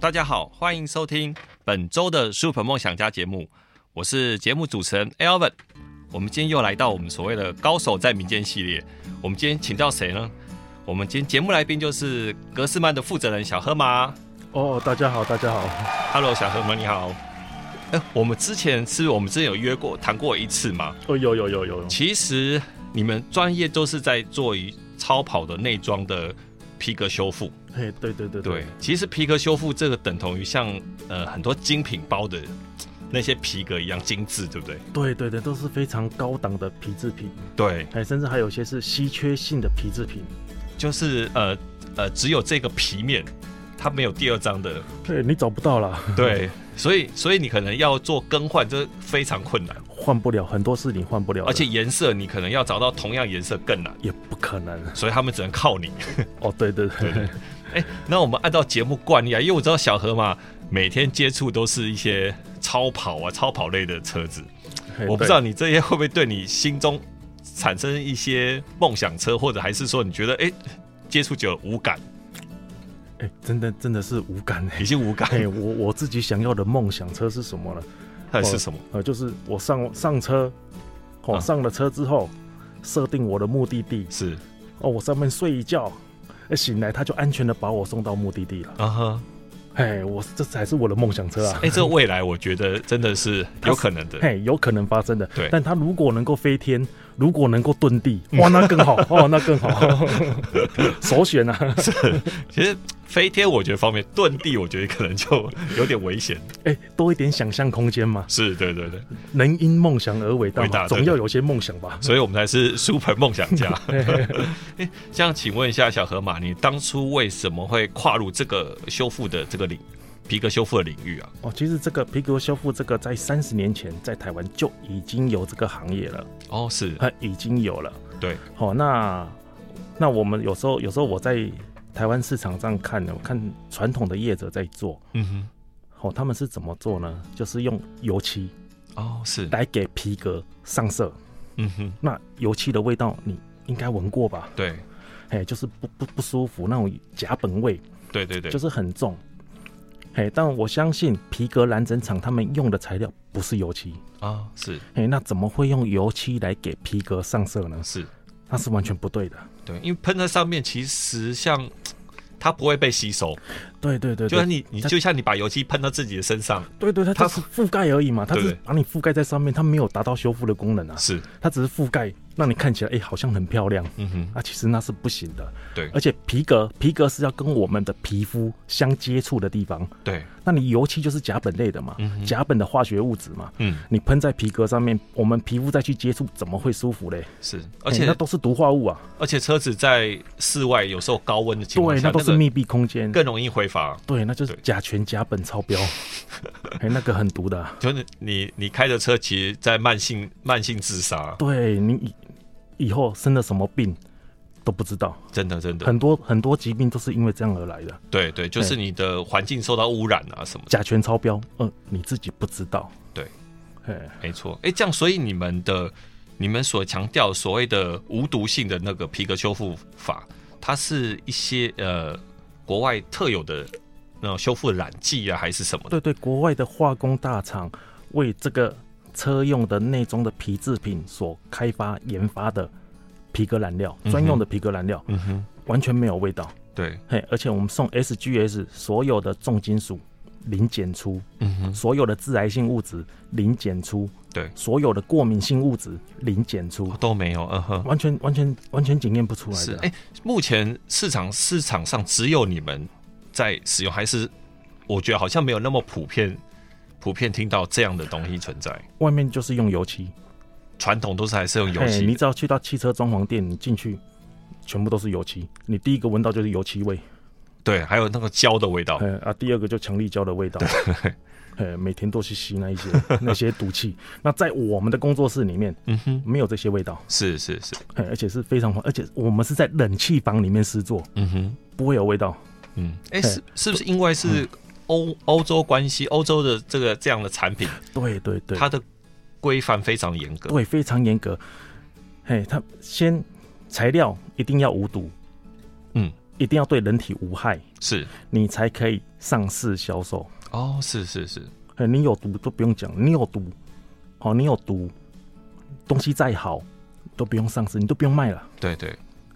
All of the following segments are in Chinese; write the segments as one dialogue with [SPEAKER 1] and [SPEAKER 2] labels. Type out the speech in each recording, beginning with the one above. [SPEAKER 1] 大家好，欢迎收听本周的 Super 梦想家节目，我是节目主持人 Alvin。我们今天又来到我们所谓的高手在民间系列。我们今天请到谁呢？我们今天节目来宾就是格斯曼的负责人小河马。
[SPEAKER 2] 哦，大家好，大家好，
[SPEAKER 1] Hello，小河马你好。哎、我们之前是我们之前有约过谈过一次嘛？
[SPEAKER 2] 哦，有有有有有，
[SPEAKER 1] 其实你们专业都是在做于超跑的内装的皮革修复。
[SPEAKER 2] 嘿，对对对
[SPEAKER 1] 对，，其实皮革修复这个等同于像呃很多精品包的那些皮革一样精致，对不对？
[SPEAKER 2] 对对对，都是非常高档的皮制品，
[SPEAKER 1] 对，
[SPEAKER 2] 哎，甚至还有些是稀缺性的皮制品。
[SPEAKER 1] 就是呃呃只有这个皮面，它没有第二张的。
[SPEAKER 2] 对，你找不到啦，
[SPEAKER 1] 对，所以所以你可能要做更换，这非常困难，
[SPEAKER 2] 换不了，很多事你换不了的，
[SPEAKER 1] 而且颜色你可能要找到同样颜色更难，
[SPEAKER 2] 也不可能。
[SPEAKER 1] 所以他们只能靠你。
[SPEAKER 2] 哦，对对对，
[SPEAKER 1] 哎、那我们按照节目惯例啊，因为我知道小河嘛，每天接触都是一些超跑啊、超跑类的车子。
[SPEAKER 2] 嘿
[SPEAKER 1] 我不知道，你这些会不会对你心中产生一些梦想车，或者还是说你觉得哎、接触久了无感，
[SPEAKER 2] 对哎，真的真的是无感哎
[SPEAKER 1] 已。经无感
[SPEAKER 2] 嘿，我我自己想要的梦想车是什么呢？
[SPEAKER 1] 还是什么？
[SPEAKER 2] 呃，就是我上上车，
[SPEAKER 1] 啊
[SPEAKER 2] 哦，上了车之后，设定我的目的地，
[SPEAKER 1] 是
[SPEAKER 2] 哦，我上面睡一觉，哎醒来他就安全的把我送到目的地了。
[SPEAKER 1] 啊哈，
[SPEAKER 2] 哎，我这才是我的梦想车啊！
[SPEAKER 1] 哎、这未来我觉得真的 是有可能的。
[SPEAKER 2] 嘿，有可能发生的。
[SPEAKER 1] 对
[SPEAKER 2] 但它如果能够飞天，如果能够 遁地，哇，那更好哦，那更好，首选啊！
[SPEAKER 1] 其实飞天我觉得方面，遁地我觉得可能就有点危险。
[SPEAKER 2] 哎，多一点想象空间嘛，
[SPEAKER 1] 是对对对，
[SPEAKER 2] 能因梦想而伟大
[SPEAKER 1] 伟大
[SPEAKER 2] 嘛，
[SPEAKER 1] 对
[SPEAKER 2] 总要有些梦想吧。
[SPEAKER 1] 所以我们才是 super 梦想家。 哎这样，请问一下小河马，你当初为什么会跨入这个修复的这个领皮革修复的领域啊？
[SPEAKER 2] 哦，其实这个皮革修复这个在三十年前在台湾就已经有这个行业了，
[SPEAKER 1] 哦，是
[SPEAKER 2] 它已经有了。
[SPEAKER 1] 对，
[SPEAKER 2] 好、那那我们有时候有时候我在台湾市场上看，我看传统的业者在做，
[SPEAKER 1] 嗯
[SPEAKER 2] 哦，他们是怎么做呢？就是用油漆
[SPEAKER 1] 哼，哦是，
[SPEAKER 2] 来给皮革上色。
[SPEAKER 1] 嗯哼，
[SPEAKER 2] 那油漆的味道你应该闻过吧？
[SPEAKER 1] 对
[SPEAKER 2] 哎，就是不不不舒服那种甲苯味，
[SPEAKER 1] 对对对，
[SPEAKER 2] 就是很重。哎，但我相信皮革染整厂他们用的材料不是油漆，
[SPEAKER 1] 啊是
[SPEAKER 2] 哎，那怎么会用油漆来给皮革上色呢？
[SPEAKER 1] 是，
[SPEAKER 2] 那是完全不对的。
[SPEAKER 1] 对，因为喷在上面其实像它不会被吸收，
[SPEAKER 2] 对对对
[SPEAKER 1] 就
[SPEAKER 2] 对
[SPEAKER 1] 像，你你
[SPEAKER 2] 它啊
[SPEAKER 1] 就像你把油漆喷到自己的身上，
[SPEAKER 2] 对对，它
[SPEAKER 1] 它
[SPEAKER 2] 只是覆盖而已嘛，它只
[SPEAKER 1] 对
[SPEAKER 2] 是把你覆盖在上面，它没有达到修复的功能啊，
[SPEAKER 1] 是，
[SPEAKER 2] 它只是覆盖让你看起来哎好像很漂亮，
[SPEAKER 1] 嗯哼，
[SPEAKER 2] 啊，其实那是不行的。
[SPEAKER 1] 对
[SPEAKER 2] 而且皮革皮革是要跟我们的皮肤相接触的地方，
[SPEAKER 1] 对，
[SPEAKER 2] 那你油漆就是甲苯类的嘛，甲苯的化学物质嘛，
[SPEAKER 1] 嗯
[SPEAKER 2] 你喷在皮革上面，我们皮肤再去接触，怎么会舒服嘞？
[SPEAKER 1] 是，而
[SPEAKER 2] 哎
[SPEAKER 1] 且
[SPEAKER 2] 那都是毒化物啊，
[SPEAKER 1] 而且车子在室外有时候高温的情况
[SPEAKER 2] 对，
[SPEAKER 1] 下，
[SPEAKER 2] 那都是
[SPEAKER 1] 个
[SPEAKER 2] 密闭空间，
[SPEAKER 1] 更容易挥发。
[SPEAKER 2] 对，那就是
[SPEAKER 1] 对
[SPEAKER 2] 甲醛、甲苯超 标，哎，那个很毒的啊、
[SPEAKER 1] 就是你你开着车，其实在慢性慢性自杀，
[SPEAKER 2] 对你以以后生了什么病都不知道，
[SPEAKER 1] 真的真的，
[SPEAKER 2] 很多很多疾病都是因为这样而来的。
[SPEAKER 1] 对对，就是你的环境受到污染啊什么的，
[SPEAKER 2] 甲醛超标，嗯、你自己不知道。
[SPEAKER 1] 对，
[SPEAKER 2] 哎，
[SPEAKER 1] 没错。哎，这样所以你们的你们所强调所谓的无毒性的那个皮革修复法，它是一些呃国外特有的那种修复染剂啊，还是什么的？
[SPEAKER 2] 对对，国外的化工大厂为这个车用的内装的皮制品所开发研发的皮革染料，
[SPEAKER 1] 嗯哼
[SPEAKER 2] 专用的皮革染料、
[SPEAKER 1] 嗯哼，
[SPEAKER 2] 完全没有味道。
[SPEAKER 1] 对
[SPEAKER 2] 嘿，而且我们送 SGS 所有的重金属零检出，
[SPEAKER 1] 嗯哼，
[SPEAKER 2] 所有的致癌性物质零检出，
[SPEAKER 1] 对
[SPEAKER 2] 所有的过敏性物质零检出
[SPEAKER 1] 哦，都没有，嗯哼，
[SPEAKER 2] 完全完全完全检验不出来
[SPEAKER 1] 是
[SPEAKER 2] 的啊、
[SPEAKER 1] 哎、目前市场市场上只有你们在使用，还是我觉得好像没有那么普遍，普遍听到这样的东西存在。
[SPEAKER 2] 外面就是用油漆，
[SPEAKER 1] 传统都是还是用油
[SPEAKER 2] 哎
[SPEAKER 1] 漆的，
[SPEAKER 2] 你只要去到汽车装潢店，你进去全部都是油漆，你第一个闻到就是油漆味，
[SPEAKER 1] 对，还有那个胶的味道。
[SPEAKER 2] 哎、啊，第二个就强力胶的味道。哎，每天都去吸那一些 那些毒气。那在我们的工作室里面
[SPEAKER 1] 嗯哼，
[SPEAKER 2] 没有这些味道，
[SPEAKER 1] 是是是，
[SPEAKER 2] 哎，而且是非常而且我们是在冷气房里面施作，
[SPEAKER 1] 嗯哼，
[SPEAKER 2] 不会有味道。
[SPEAKER 1] 嗯，哎、
[SPEAKER 2] 嘿嗯
[SPEAKER 1] 是是不是因为是欧欧洲关系，欧洲的这个这样的产品，
[SPEAKER 2] 对对对，
[SPEAKER 1] 它的规范非常严格。
[SPEAKER 2] 对非常严格。嘿，它先材料一定要无毒，
[SPEAKER 1] 嗯，
[SPEAKER 2] 一定要对人体无害，
[SPEAKER 1] 是
[SPEAKER 2] 你才可以上市销售。
[SPEAKER 1] 哦，是是是，
[SPEAKER 2] 哎，你有毒都不用讲，你有毒，好、你有毒，东西再好都不用上市，你都不用卖了。
[SPEAKER 1] 对对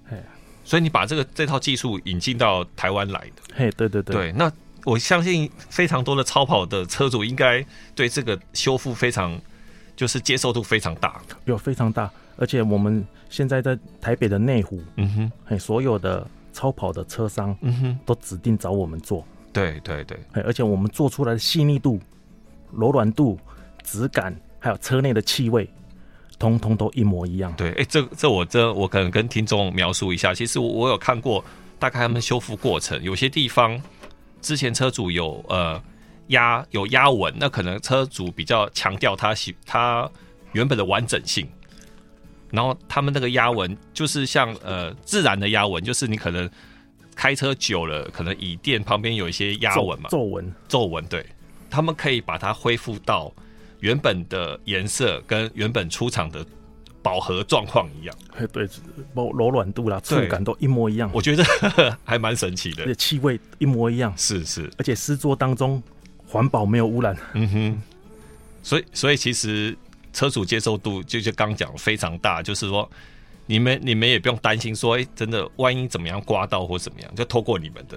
[SPEAKER 2] 嘿。
[SPEAKER 1] 所以你把这个这套技术引进到台湾来的。
[SPEAKER 2] 嘿，对对对，
[SPEAKER 1] 对，那我相信非常多的超跑的车主应该对这个修复非常，就是接受度非常大。
[SPEAKER 2] 有非常大，而且我们现在在台北的内湖，
[SPEAKER 1] 嗯哼，
[SPEAKER 2] 嘿，所有的超跑的车商
[SPEAKER 1] 嗯哼，
[SPEAKER 2] 都指定找我们做，
[SPEAKER 1] 对对对，
[SPEAKER 2] 嘿，而且我们做出来的细腻度、柔软度、质感，还有车内的气味，通通都一模一样。
[SPEAKER 1] 对，哎、这这我这我可能跟听众描述一下，其实我我有看过大概他们修复过程，有些地方之前车主有呃压有压纹，那可能车主比较强调他喜他原本的完整性。然后他们那个压纹就是像呃自然的压纹，就是你可能开车久了，可能椅垫旁边有一些压
[SPEAKER 2] 皱
[SPEAKER 1] 纹嘛，
[SPEAKER 2] 皱纹，
[SPEAKER 1] 皱纹，对，他们可以把它恢复到原本的颜色跟原本出厂的饱和状况一样，
[SPEAKER 2] 嘿，对，柔柔软度啦，触
[SPEAKER 1] 对
[SPEAKER 2] 感都一模一样，
[SPEAKER 1] 我觉得 还蛮神奇的
[SPEAKER 2] 而且。气味一模一样，
[SPEAKER 1] 是是，
[SPEAKER 2] 而且诗作当中环保没有污染。
[SPEAKER 1] 嗯哼，所以所以其实车主接受度就就刚讲非常大，就是说你们你们也不用担心说，哎、真的万一怎么样刮到或怎么样，就透过你们的，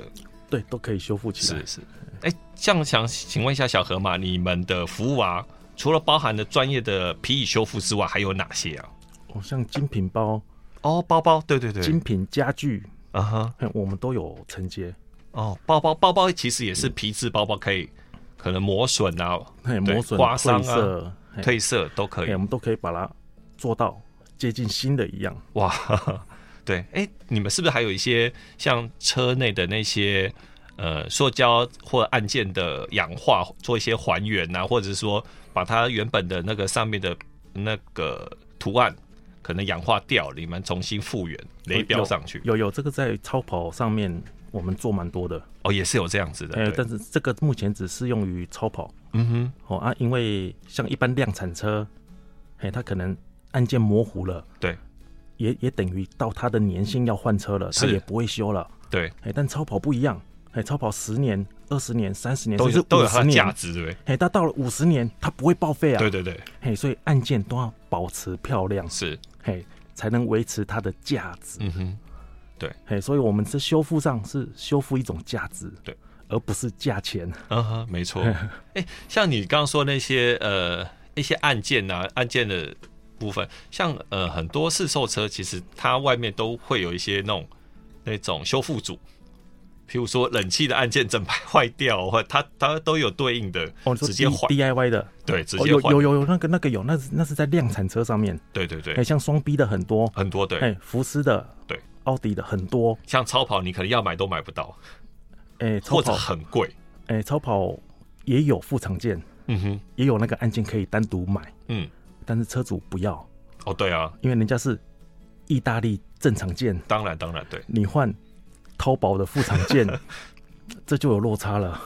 [SPEAKER 2] 对，都可以修复起来
[SPEAKER 1] 是。是。哎、像想请问一下小河马，你们的服务啊，除了包含的专业的皮椅修复之外，还有哪些啊？
[SPEAKER 2] 哦，像精品包、
[SPEAKER 1] 哦，包包，对对对，
[SPEAKER 2] 精品家具，
[SPEAKER 1] 啊哈，
[SPEAKER 2] 嘿，我们都有承接。
[SPEAKER 1] 哦，包包包包其实也是皮质包包，可以可能磨损啊、
[SPEAKER 2] 嗯嘿，
[SPEAKER 1] 对
[SPEAKER 2] 磨损、
[SPEAKER 1] 刮伤
[SPEAKER 2] 褪
[SPEAKER 1] 啊
[SPEAKER 2] 色，嘿
[SPEAKER 1] 褪色都可
[SPEAKER 2] 嘿
[SPEAKER 1] 以
[SPEAKER 2] 我。们都可以把它做到接近新的一样。
[SPEAKER 1] 哇， 哈哈对，哎、你们是不是还有一些像车内的那些呃塑胶或按键的氧化，做一些还原啊，或者是说把它原本的那个上面的那个图案可能氧化掉，你们重新复原，雷标上去，
[SPEAKER 2] 哎有有这个在超跑上面我们做蛮多的，
[SPEAKER 1] 哦，也是有这样子的，
[SPEAKER 2] 呃，
[SPEAKER 1] 对
[SPEAKER 2] 但是这个目前只适用于超跑
[SPEAKER 1] 嗯哼，
[SPEAKER 2] 哦啊，因为像一般量产车，哎，它可能按键模糊了，
[SPEAKER 1] 对，
[SPEAKER 2] 也也等于到它的年限要换车了，它
[SPEAKER 1] 是
[SPEAKER 2] 也不会修了，
[SPEAKER 1] 对，
[SPEAKER 2] 哎，但超跑不一样，哎，超跑十年、二十年、三十年
[SPEAKER 1] 都
[SPEAKER 2] 甚至
[SPEAKER 1] 有都有
[SPEAKER 2] 五
[SPEAKER 1] 它
[SPEAKER 2] 十
[SPEAKER 1] 的价
[SPEAKER 2] 年，
[SPEAKER 1] 值，对不对？
[SPEAKER 2] 哎，它到了五十年它不会报废啊，
[SPEAKER 1] 对对对，
[SPEAKER 2] 嘿，所以按键都要保持漂亮，
[SPEAKER 1] 是，
[SPEAKER 2] 嘿，才能维持它的价值。
[SPEAKER 1] 嗯哼。
[SPEAKER 2] 嘿，所以我们是修复上是修复一种价值，
[SPEAKER 1] 对，
[SPEAKER 2] 而不是价钱。
[SPEAKER 1] 嗯哼，没错。哎、像你刚刚说那些呃一些按键啊，按键的部分，像呃很多试售车，其实它外面都会有一些那种那种修复组，譬如说冷气的按键整排坏掉，或它它都有对应的，
[SPEAKER 2] 哦，你说
[SPEAKER 1] 直接
[SPEAKER 2] D-
[SPEAKER 1] 换，
[SPEAKER 2] DIY 的，
[SPEAKER 1] 对，直
[SPEAKER 2] 哦，
[SPEAKER 1] 接
[SPEAKER 2] 有
[SPEAKER 1] 换，
[SPEAKER 2] 有有有那个那个有，那是那是在量产车上面，
[SPEAKER 1] 对对对
[SPEAKER 2] 哎，，像双 B 的很多，
[SPEAKER 1] 很多对，
[SPEAKER 2] 哎，福斯的，
[SPEAKER 1] 对，
[SPEAKER 2] 奥迪的很多，
[SPEAKER 1] 像超跑你可能要买都买不到，
[SPEAKER 2] 哎，超
[SPEAKER 1] 或者
[SPEAKER 2] 跑，
[SPEAKER 1] 很贵。
[SPEAKER 2] 哎，超跑也有副厂件，
[SPEAKER 1] 嗯哼，
[SPEAKER 2] 也有那个按键可以单独买，
[SPEAKER 1] 嗯，
[SPEAKER 2] 但是车主不要，
[SPEAKER 1] 哦对啊，
[SPEAKER 2] 因为人家是意大利正常件，
[SPEAKER 1] 当然当然对，
[SPEAKER 2] 你换淘宝的副厂 件，这就有落差了。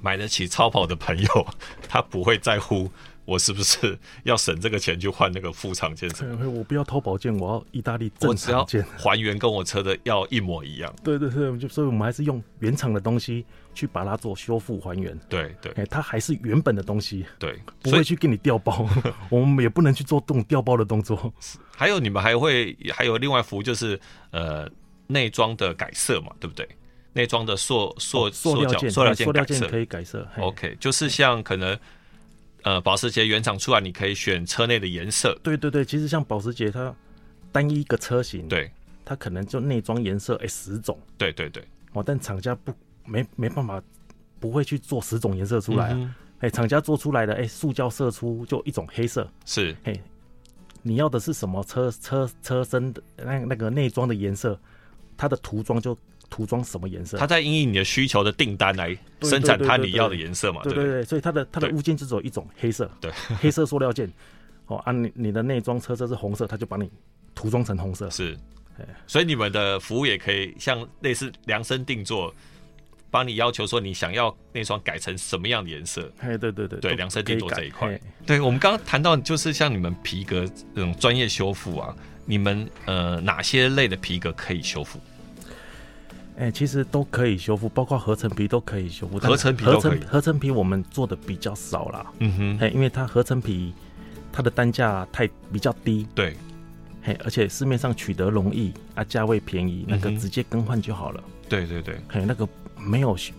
[SPEAKER 1] 买得起超跑的朋友， 他不会在乎我是不是要省这个钱去换那个副厂件什么，
[SPEAKER 2] 嘿嘿我不要淘宝件，我要意大利
[SPEAKER 1] 我
[SPEAKER 2] 正
[SPEAKER 1] 只要
[SPEAKER 2] 常件。
[SPEAKER 1] 还原跟我车的要一模一样。
[SPEAKER 2] 对对对，就所以我们还是用原厂的东西去把它做修复还原。
[SPEAKER 1] 对对
[SPEAKER 2] 哎、它还是原本的东西，
[SPEAKER 1] 对，
[SPEAKER 2] 不
[SPEAKER 1] 所
[SPEAKER 2] 会
[SPEAKER 1] 以
[SPEAKER 2] 去给你调 包。我们也不能去做这种调包的动作。
[SPEAKER 1] 还有你们还会还有另外服务就是呃内装的改色嘛，对不对？内装的塑塑
[SPEAKER 2] 哦塑料
[SPEAKER 1] 角
[SPEAKER 2] 件，
[SPEAKER 1] 塑料
[SPEAKER 2] 对
[SPEAKER 1] 件
[SPEAKER 2] 塑料
[SPEAKER 1] 改
[SPEAKER 2] 件
[SPEAKER 1] 色
[SPEAKER 2] 可以改色。哦嘿
[SPEAKER 1] OK，就是像可能呃保时捷原厂出来，你可以选车内的颜色，
[SPEAKER 2] 对对对，其实像保时捷它单一一个车型，
[SPEAKER 1] 对
[SPEAKER 2] 它可能就内装颜色哎十种
[SPEAKER 1] 对对对，
[SPEAKER 2] 哦，但厂家不没没办法，不会去做十种颜色出来啊。
[SPEAKER 1] 嗯哼
[SPEAKER 2] 哎、厂家做出来的哎塑胶射出就一种黑色，
[SPEAKER 1] 是
[SPEAKER 2] 嘿，你要的是什么车车车身的那那个内装的颜色，它的涂装就涂装什么颜色
[SPEAKER 1] 它。在因应你的需求的订单来
[SPEAKER 2] 对
[SPEAKER 1] 生产
[SPEAKER 2] 对对
[SPEAKER 1] 它
[SPEAKER 2] 对
[SPEAKER 1] 你
[SPEAKER 2] 对
[SPEAKER 1] 要的颜色嘛，
[SPEAKER 2] 对
[SPEAKER 1] 不
[SPEAKER 2] 对对，所以它的它的
[SPEAKER 1] 对
[SPEAKER 2] 物件就只有一种黑色，
[SPEAKER 1] 对，
[SPEAKER 2] 黑色塑料件。哦啊，你你的内装车色是红色，它就把你涂装成红色。
[SPEAKER 1] 是
[SPEAKER 2] 哎，
[SPEAKER 1] 所以你们的服务也可以像类似量身定做，帮你要求说你想要那双改成什么样的颜色。
[SPEAKER 2] 哎，对对对，
[SPEAKER 1] 对
[SPEAKER 2] 都
[SPEAKER 1] 量身定做
[SPEAKER 2] 可以改
[SPEAKER 1] 这一块
[SPEAKER 2] 嘿
[SPEAKER 1] 对我们刚刚谈到，就是像你们皮革这种专业修复啊，你们呃哪些类的皮革可以修复？
[SPEAKER 2] 哎、其实都可以修复，包括合成皮都可以修复。但
[SPEAKER 1] 合成皮
[SPEAKER 2] 合
[SPEAKER 1] 都可
[SPEAKER 2] 成
[SPEAKER 1] 以
[SPEAKER 2] 合成皮我们做的比较少啦，
[SPEAKER 1] 嗯哼，
[SPEAKER 2] 嘿，因为它合成皮它的单价太比较低，
[SPEAKER 1] 对，
[SPEAKER 2] 嘿，而且市面上取得容易啊，价位便宜，那个
[SPEAKER 1] 嗯哼
[SPEAKER 2] 直接更换就好了，
[SPEAKER 1] 对对对，
[SPEAKER 2] 嘿，那个没有需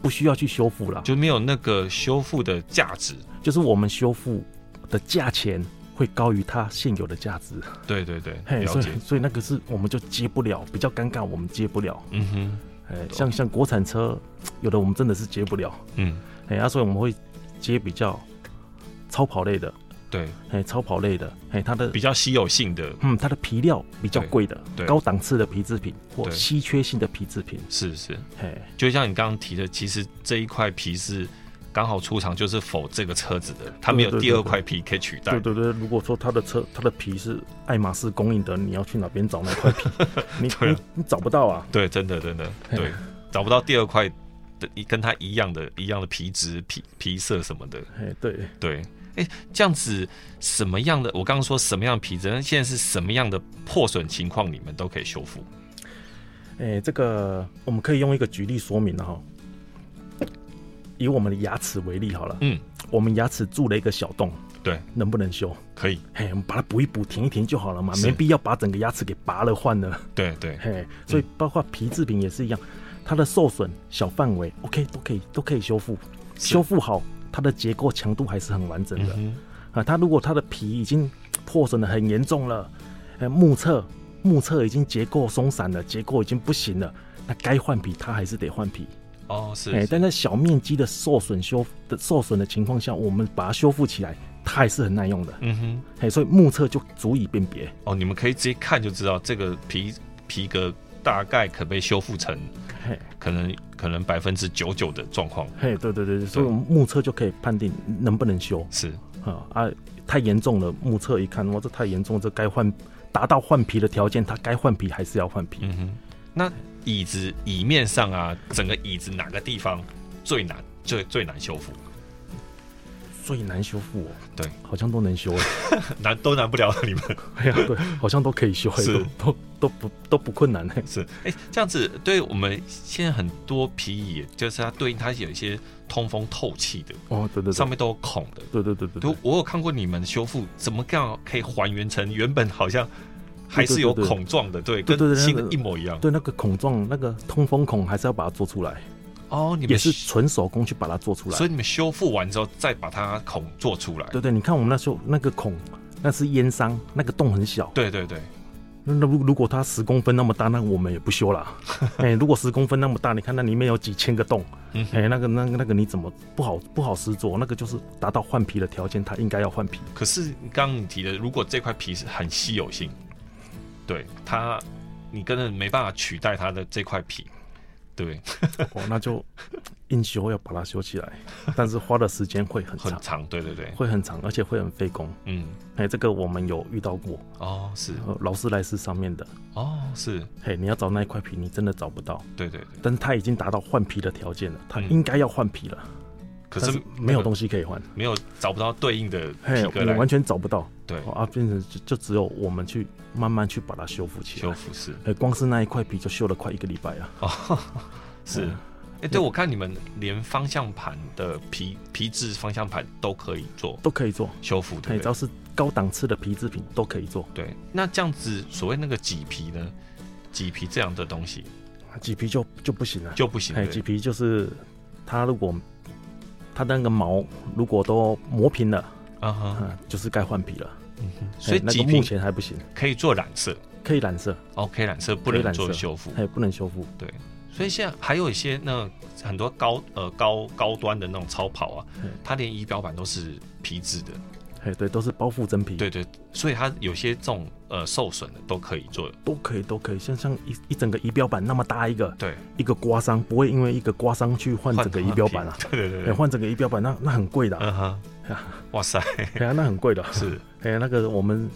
[SPEAKER 2] 不需要去修复啦，就
[SPEAKER 1] 就没有那个修复的价值。
[SPEAKER 2] 就是我们修复的价钱会高于它现有的价值，
[SPEAKER 1] 对对对，
[SPEAKER 2] 嘿，
[SPEAKER 1] 了
[SPEAKER 2] 所
[SPEAKER 1] 解
[SPEAKER 2] 以。所以那个是我们就接不了，比较尴尬，我们接不了，
[SPEAKER 1] 嗯哼，
[SPEAKER 2] 哎，像像国产车，有的我们真的是接不了。
[SPEAKER 1] 嗯，
[SPEAKER 2] 哎、啊，所以我们会接比较超跑类的，
[SPEAKER 1] 对，
[SPEAKER 2] 哎、超跑类的，哎、它的
[SPEAKER 1] 比较稀有性的，
[SPEAKER 2] 嗯，它的皮料比较贵的
[SPEAKER 1] 对对，
[SPEAKER 2] 高档次的皮制品或
[SPEAKER 1] 对
[SPEAKER 2] 稀缺性的皮制品，
[SPEAKER 1] 是是，
[SPEAKER 2] 嘿，
[SPEAKER 1] 就像你刚刚提的，其实这一块皮是刚好出厂就是否这个车子的，它没有
[SPEAKER 2] 对对
[SPEAKER 1] 第二
[SPEAKER 2] 对对
[SPEAKER 1] 块皮可以取代
[SPEAKER 2] 对。对对。如果说它的车它的皮是爱马仕供应的，你要去哪边找那 块皮？你
[SPEAKER 1] 对啊
[SPEAKER 2] 你你找不到啊。
[SPEAKER 1] 对，真的真的对，找不到第二块的一跟它一样的一样的皮质、皮皮色什么的。
[SPEAKER 2] 哎，对，
[SPEAKER 1] 对，哎，这样子什么样的？我刚刚说什么样的皮质，那现在是什么样的破损情况，你们都可以修复。
[SPEAKER 2] 哎，这个我们可以用一个举例说明了哈。以我们的牙齿为例好了，
[SPEAKER 1] 嗯，
[SPEAKER 2] 我们牙齿蛀了一个小洞，
[SPEAKER 1] 对，
[SPEAKER 2] 能不能修？
[SPEAKER 1] 可以，
[SPEAKER 2] 嘿，我们把它补一补、填一填就好了嘛，
[SPEAKER 1] 是
[SPEAKER 2] 没必要把整个牙齿给拔了换了。
[SPEAKER 1] 对对，
[SPEAKER 2] 嘿，所以包括皮制品也是一样，它的受损小范围，OK 都可以都可以修复，
[SPEAKER 1] 是
[SPEAKER 2] 修复好它的结构强度还是很完整的、
[SPEAKER 1] 嗯
[SPEAKER 2] 啊。它如果它的皮已经破损的很严重了，呃，目测目测已经结构松散了，结构已经不行了。那该换皮，它还是得换皮。
[SPEAKER 1] 哼，哦是
[SPEAKER 2] 哎、
[SPEAKER 1] 是
[SPEAKER 2] 但在小面积的受损修的受损的情况下，我们把它修复起来，它还是很耐用的。
[SPEAKER 1] 嗯哼，
[SPEAKER 2] 哎、所以目测就足以辨别。
[SPEAKER 1] 哦，你们可以直接看就知道这个皮皮革大概可被修复成
[SPEAKER 2] 嘿，
[SPEAKER 1] 可能可能百分之九九的状况。
[SPEAKER 2] 嘿，对对对，所以我们目测就可以判定能不能修
[SPEAKER 1] 是，
[SPEAKER 2] 啊啊！太严重了，目测一看，哇，这太严重，这该换达到换皮的条件，它该换皮还是要换皮。
[SPEAKER 1] 嗯哼，那椅子椅面上啊，整个椅子哪个地方最难最最难修复？
[SPEAKER 2] 最难修复哦，
[SPEAKER 1] 对，
[SPEAKER 2] 好像都能 修哎，
[SPEAKER 1] 难都难不了你们。
[SPEAKER 2] 哎呀，对，好像都可以修哎，
[SPEAKER 1] 啊是
[SPEAKER 2] 都都都不都不困难哎。
[SPEAKER 1] 是，哎、这样子对我们现在很多皮椅，就是它对应它有一些通风透气的，
[SPEAKER 2] 哦，对对
[SPEAKER 1] 上
[SPEAKER 2] 对，
[SPEAKER 1] 面都有孔的。
[SPEAKER 2] 对对对对
[SPEAKER 1] 都
[SPEAKER 2] 对，
[SPEAKER 1] 我有看过你们修复，怎么样可以还原成原本好像还是有
[SPEAKER 2] 对对对对
[SPEAKER 1] 孔状的，对，
[SPEAKER 2] 对对
[SPEAKER 1] 跟
[SPEAKER 2] 对
[SPEAKER 1] 新的
[SPEAKER 2] 那个
[SPEAKER 1] 一模一样。
[SPEAKER 2] 对那个孔状那个通风孔还是要把它做出来，
[SPEAKER 1] 哦，你们
[SPEAKER 2] 也是
[SPEAKER 1] 修
[SPEAKER 2] 纯手工去把它做出来
[SPEAKER 1] 所。以你们修复完之后再把它孔做出来。
[SPEAKER 2] 对对，你看我们那时候那个孔，那是烟伤，那个洞很小。
[SPEAKER 1] 对对对，
[SPEAKER 2] 那如如果它十公分那么大，那我们也不 修啦。哎、如果十公分那么大，你看那里面有几千个洞，
[SPEAKER 1] 嗯
[SPEAKER 2] 哎、那个那个那个你怎么不好不好施作？那个就是达到换皮的条件，它应该要 换皮。
[SPEAKER 1] 可是刚刚你提的，如果这块皮是很稀有性，对它，你根本没办法取代它的这块皮，对，
[SPEAKER 2] 哦，那就硬修要把它修起来，但是花的时间会很
[SPEAKER 1] 很
[SPEAKER 2] 长，
[SPEAKER 1] 长，对对对，
[SPEAKER 2] 会很长，而且会很费工。
[SPEAKER 1] 嗯，
[SPEAKER 2] 哎、这个我们有遇到过，
[SPEAKER 1] 哦是，
[SPEAKER 2] 呃，劳斯莱斯上面的，
[SPEAKER 1] 哦是，
[SPEAKER 2] 嘿，你要找那一块皮，你真的找不到，
[SPEAKER 1] 对对对，
[SPEAKER 2] 但是它已经达到换皮的条件了，它
[SPEAKER 1] 嗯
[SPEAKER 2] 应该要换皮了，
[SPEAKER 1] 可
[SPEAKER 2] 但
[SPEAKER 1] 是
[SPEAKER 2] 是没有
[SPEAKER 1] 那个
[SPEAKER 2] 东西可以换。
[SPEAKER 1] 没有找不到对应的
[SPEAKER 2] 嘿，
[SPEAKER 1] 皮革
[SPEAKER 2] 我
[SPEAKER 1] 来
[SPEAKER 2] 完全找不到，
[SPEAKER 1] 对
[SPEAKER 2] 哦啊，变成就就只有我们去慢慢去把它修复起
[SPEAKER 1] 修
[SPEAKER 2] 来。
[SPEAKER 1] 复是
[SPEAKER 2] 哎，光是那一块皮就修了快一个礼拜啊！
[SPEAKER 1] 哦是
[SPEAKER 2] 嗯。
[SPEAKER 1] 哎、对，我看你们连方向盘的皮皮质方向盘都可以做
[SPEAKER 2] 都可以做，
[SPEAKER 1] 修复，对
[SPEAKER 2] 哎，
[SPEAKER 1] 不
[SPEAKER 2] 只
[SPEAKER 1] 对
[SPEAKER 2] 要？是高档次的皮制品都可以做。
[SPEAKER 1] 对，那这样子所谓那个麂皮呢？麂皮这样的东西，
[SPEAKER 2] 麂啊皮就就不行了。
[SPEAKER 1] 就不行。
[SPEAKER 2] 哎，
[SPEAKER 1] 对
[SPEAKER 2] 麂皮就是它如果它那个毛如果都磨平了，
[SPEAKER 1] 啊哈，
[SPEAKER 2] 啊，就是该换皮了。
[SPEAKER 1] 嗯哼
[SPEAKER 2] 哎
[SPEAKER 1] 所以
[SPEAKER 2] 那个
[SPEAKER 1] 麂
[SPEAKER 2] 目
[SPEAKER 1] 皮
[SPEAKER 2] 前还不行，
[SPEAKER 1] 可以做染色
[SPEAKER 2] 可以染色，
[SPEAKER 1] ，OK，染色不
[SPEAKER 2] 可以
[SPEAKER 1] 能
[SPEAKER 2] 染
[SPEAKER 1] 做
[SPEAKER 2] 色
[SPEAKER 1] 修复。
[SPEAKER 2] 哎，不能修复。
[SPEAKER 1] 对，所以现在还有一些那很多高呃高高端的那种超跑啊
[SPEAKER 2] 嗯，
[SPEAKER 1] 它连仪表板都是皮质的，
[SPEAKER 2] 哎，对，都是包覆真皮，，
[SPEAKER 1] 对对，所以它有些这种呃受损的都可以做，
[SPEAKER 2] 都可以，都可以。像像一一整个仪表板那么大一个，
[SPEAKER 1] 对，
[SPEAKER 2] 一个刮伤不会因为一个刮伤去换整个仪表板啊，
[SPEAKER 1] 换皮对对
[SPEAKER 2] 哎，
[SPEAKER 1] 对对，
[SPEAKER 2] 换整个仪表板那那很贵的啊，
[SPEAKER 1] 嗯 哼，哇塞，
[SPEAKER 2] 哎呀，那很贵的。
[SPEAKER 1] 是
[SPEAKER 2] 哎，那个我们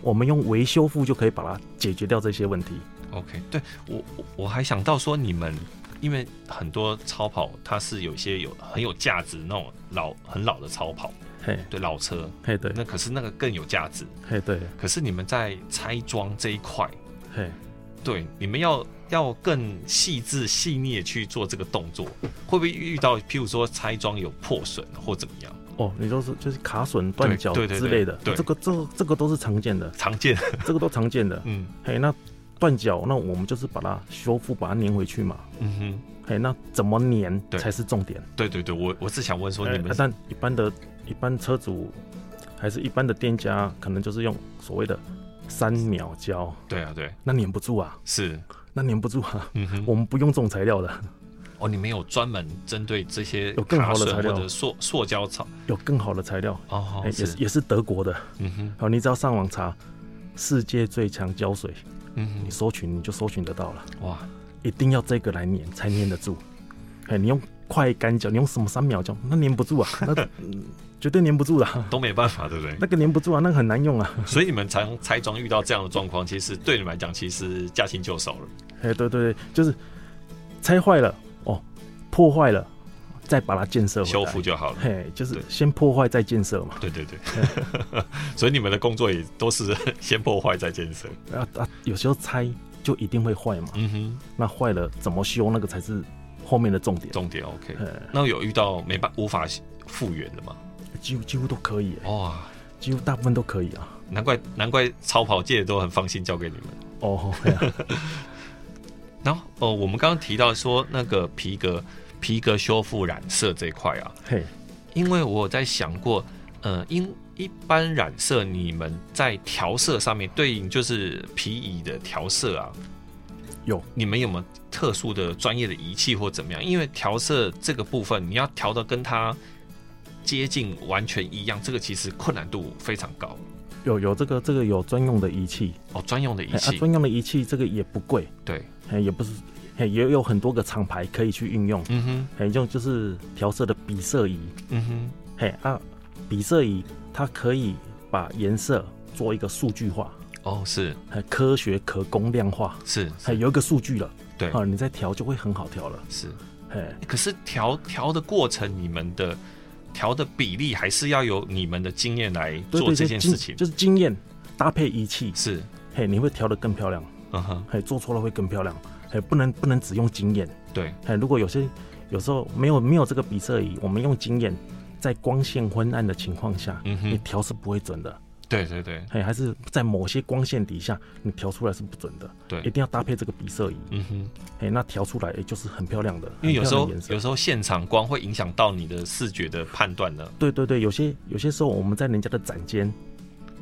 [SPEAKER 2] 我们用维修复就可以把它解决掉这些问题。
[SPEAKER 1] OK，对我我我还想到说你们。因为很多超跑它是有一些有很有价值那种老很老的超跑，
[SPEAKER 2] 嘿，
[SPEAKER 1] 对老车，
[SPEAKER 2] 嘿，对，
[SPEAKER 1] 那可是那个更有价值。
[SPEAKER 2] 嘿，对，
[SPEAKER 1] 可是你们在拆装这一块，
[SPEAKER 2] 嘿，
[SPEAKER 1] 对，你们要要更细致细腻的去做这个动作，会不会遇到譬如说拆装有破损或怎么样？
[SPEAKER 2] 哦，你就是就是卡榫、断角
[SPEAKER 1] 对对
[SPEAKER 2] 之
[SPEAKER 1] 对
[SPEAKER 2] 类的，
[SPEAKER 1] 对
[SPEAKER 2] 这个这个这个都是常见 的，
[SPEAKER 1] 常见，
[SPEAKER 2] 这个都常见的。
[SPEAKER 1] 嗯
[SPEAKER 2] 嘿，那断角，那我们就是把它修复，把它粘回去嘛。
[SPEAKER 1] 嗯哼，
[SPEAKER 2] 嘿，那怎么粘
[SPEAKER 1] 对
[SPEAKER 2] 才是重点？
[SPEAKER 1] 对对对，我我是想问说你
[SPEAKER 2] 哎
[SPEAKER 1] 们
[SPEAKER 2] 但一般的、一般车主还是一般的店家，可能就是用所谓的三秒胶，
[SPEAKER 1] 对啊对
[SPEAKER 2] 那粘不住啊，
[SPEAKER 1] 是，
[SPEAKER 2] 那粘不住啊。
[SPEAKER 1] 嗯哼，
[SPEAKER 2] 我们不用这种材料的，
[SPEAKER 1] 哦，你们有专门针对这些
[SPEAKER 2] 有更好的
[SPEAKER 1] 卡榫
[SPEAKER 2] 材料
[SPEAKER 1] 或者塑塑胶草
[SPEAKER 2] 有更好的材料，
[SPEAKER 1] 哦
[SPEAKER 2] 哎，也
[SPEAKER 1] 是
[SPEAKER 2] 是也是德国的。
[SPEAKER 1] 嗯哼
[SPEAKER 2] 好，你只要上网查世界最强胶水，
[SPEAKER 1] 嗯
[SPEAKER 2] 你搜寻你就搜寻得到了。
[SPEAKER 1] 哼，哇，
[SPEAKER 2] 一定要这个来粘才粘得住。哎，你用快干胶，你用什么三秒胶，那粘不住 啊，那、嗯绝对粘不住的、啊，
[SPEAKER 1] 都没办法，对不对？
[SPEAKER 2] 那个粘不住啊，那个很难用啊。
[SPEAKER 1] 所以你们常拆装遇到这样的状况，其实对你们来讲，其实驾轻就熟了。
[SPEAKER 2] 哎，对对对，就是拆坏了哦，破坏了，再把它建设回来
[SPEAKER 1] 修复。就好了。
[SPEAKER 2] 嘿，就是
[SPEAKER 1] 对
[SPEAKER 2] 先破坏再建设嘛。
[SPEAKER 1] 对对对， 所以你们的工作也都是先破坏再建设。
[SPEAKER 2] 啊啊，有时候拆就一定会坏嘛，
[SPEAKER 1] 嗯哼，
[SPEAKER 2] 那坏了怎么修，那个才是后面的重点。
[SPEAKER 1] 重点 OK。
[SPEAKER 2] 呃，
[SPEAKER 1] 那有遇到没办无法复原的吗？
[SPEAKER 2] 几乎几乎都可以、哎
[SPEAKER 1] 哇、
[SPEAKER 2] 几乎大部分都可以啊。
[SPEAKER 1] 难怪难怪超跑界都很放心交给你们。
[SPEAKER 2] 哦，嘿啊
[SPEAKER 1] 然后哦，我们刚刚提到说那个皮革皮革修复染色这一块啊，
[SPEAKER 2] 嘿，
[SPEAKER 1] 因为我有在想过，呃，因一般染色你们在调色上面对应就是皮椅的调色啊，
[SPEAKER 2] 有
[SPEAKER 1] 你们有没有特殊的专业的仪器或怎么样？因为调色这个部分，你要调的跟它接近完全一样，这个其实困难度非常高
[SPEAKER 2] 有有这个这个有专用的仪器，
[SPEAKER 1] 哦。专用的仪
[SPEAKER 2] 哎啊，
[SPEAKER 1] 器，
[SPEAKER 2] 专用的仪器这个也不贵，
[SPEAKER 1] 对，
[SPEAKER 2] 哎，也不是，哎，也有很多个厂牌可以去运用，
[SPEAKER 1] 嗯哼，
[SPEAKER 2] 哎，用就是调色的比色仪，
[SPEAKER 1] 嗯哼，
[SPEAKER 2] 嘿啊，比色仪它可以把颜色做一个数据化，
[SPEAKER 1] 哦，是
[SPEAKER 2] 哎，科学可供量化，
[SPEAKER 1] 是
[SPEAKER 2] 哎，有一个数据了，
[SPEAKER 1] 对
[SPEAKER 2] 啊，你再调就会很好调了，
[SPEAKER 1] 是，
[SPEAKER 2] 哎，
[SPEAKER 1] 可是调调的过程，你们的调的比例还是要由你们的经验来
[SPEAKER 2] 对
[SPEAKER 1] 做
[SPEAKER 2] 对，
[SPEAKER 1] 这
[SPEAKER 2] 就
[SPEAKER 1] 件
[SPEAKER 2] 经
[SPEAKER 1] 事情，
[SPEAKER 2] 就是经验搭配仪器，
[SPEAKER 1] 是，
[SPEAKER 2] 嘿，你会调得更漂亮，
[SPEAKER 1] 嗯哼，
[SPEAKER 2] 嘿，做错了会更漂亮，嘿，不能不能只用经验。
[SPEAKER 1] 对，
[SPEAKER 2] 哎，如果有些有时候没有没有这个比色仪，我们用经验，在光线昏暗的情况下，
[SPEAKER 1] 嗯
[SPEAKER 2] 你
[SPEAKER 1] 哼，
[SPEAKER 2] 调是不会准的。
[SPEAKER 1] 对对对，
[SPEAKER 2] 哎，还是在某些光线底下，你调出来是不准的。
[SPEAKER 1] 对
[SPEAKER 2] 一定要搭配这个比色仪。
[SPEAKER 1] 嗯哼。
[SPEAKER 2] 哎，那调出来哎就是很漂亮的，
[SPEAKER 1] 因为有时候
[SPEAKER 2] 很漂亮的
[SPEAKER 1] 有
[SPEAKER 2] 颜色。
[SPEAKER 1] 时候现场光会影响到你的视觉的判断呢。
[SPEAKER 2] 对对对，有些有些时候我们在人家的展间，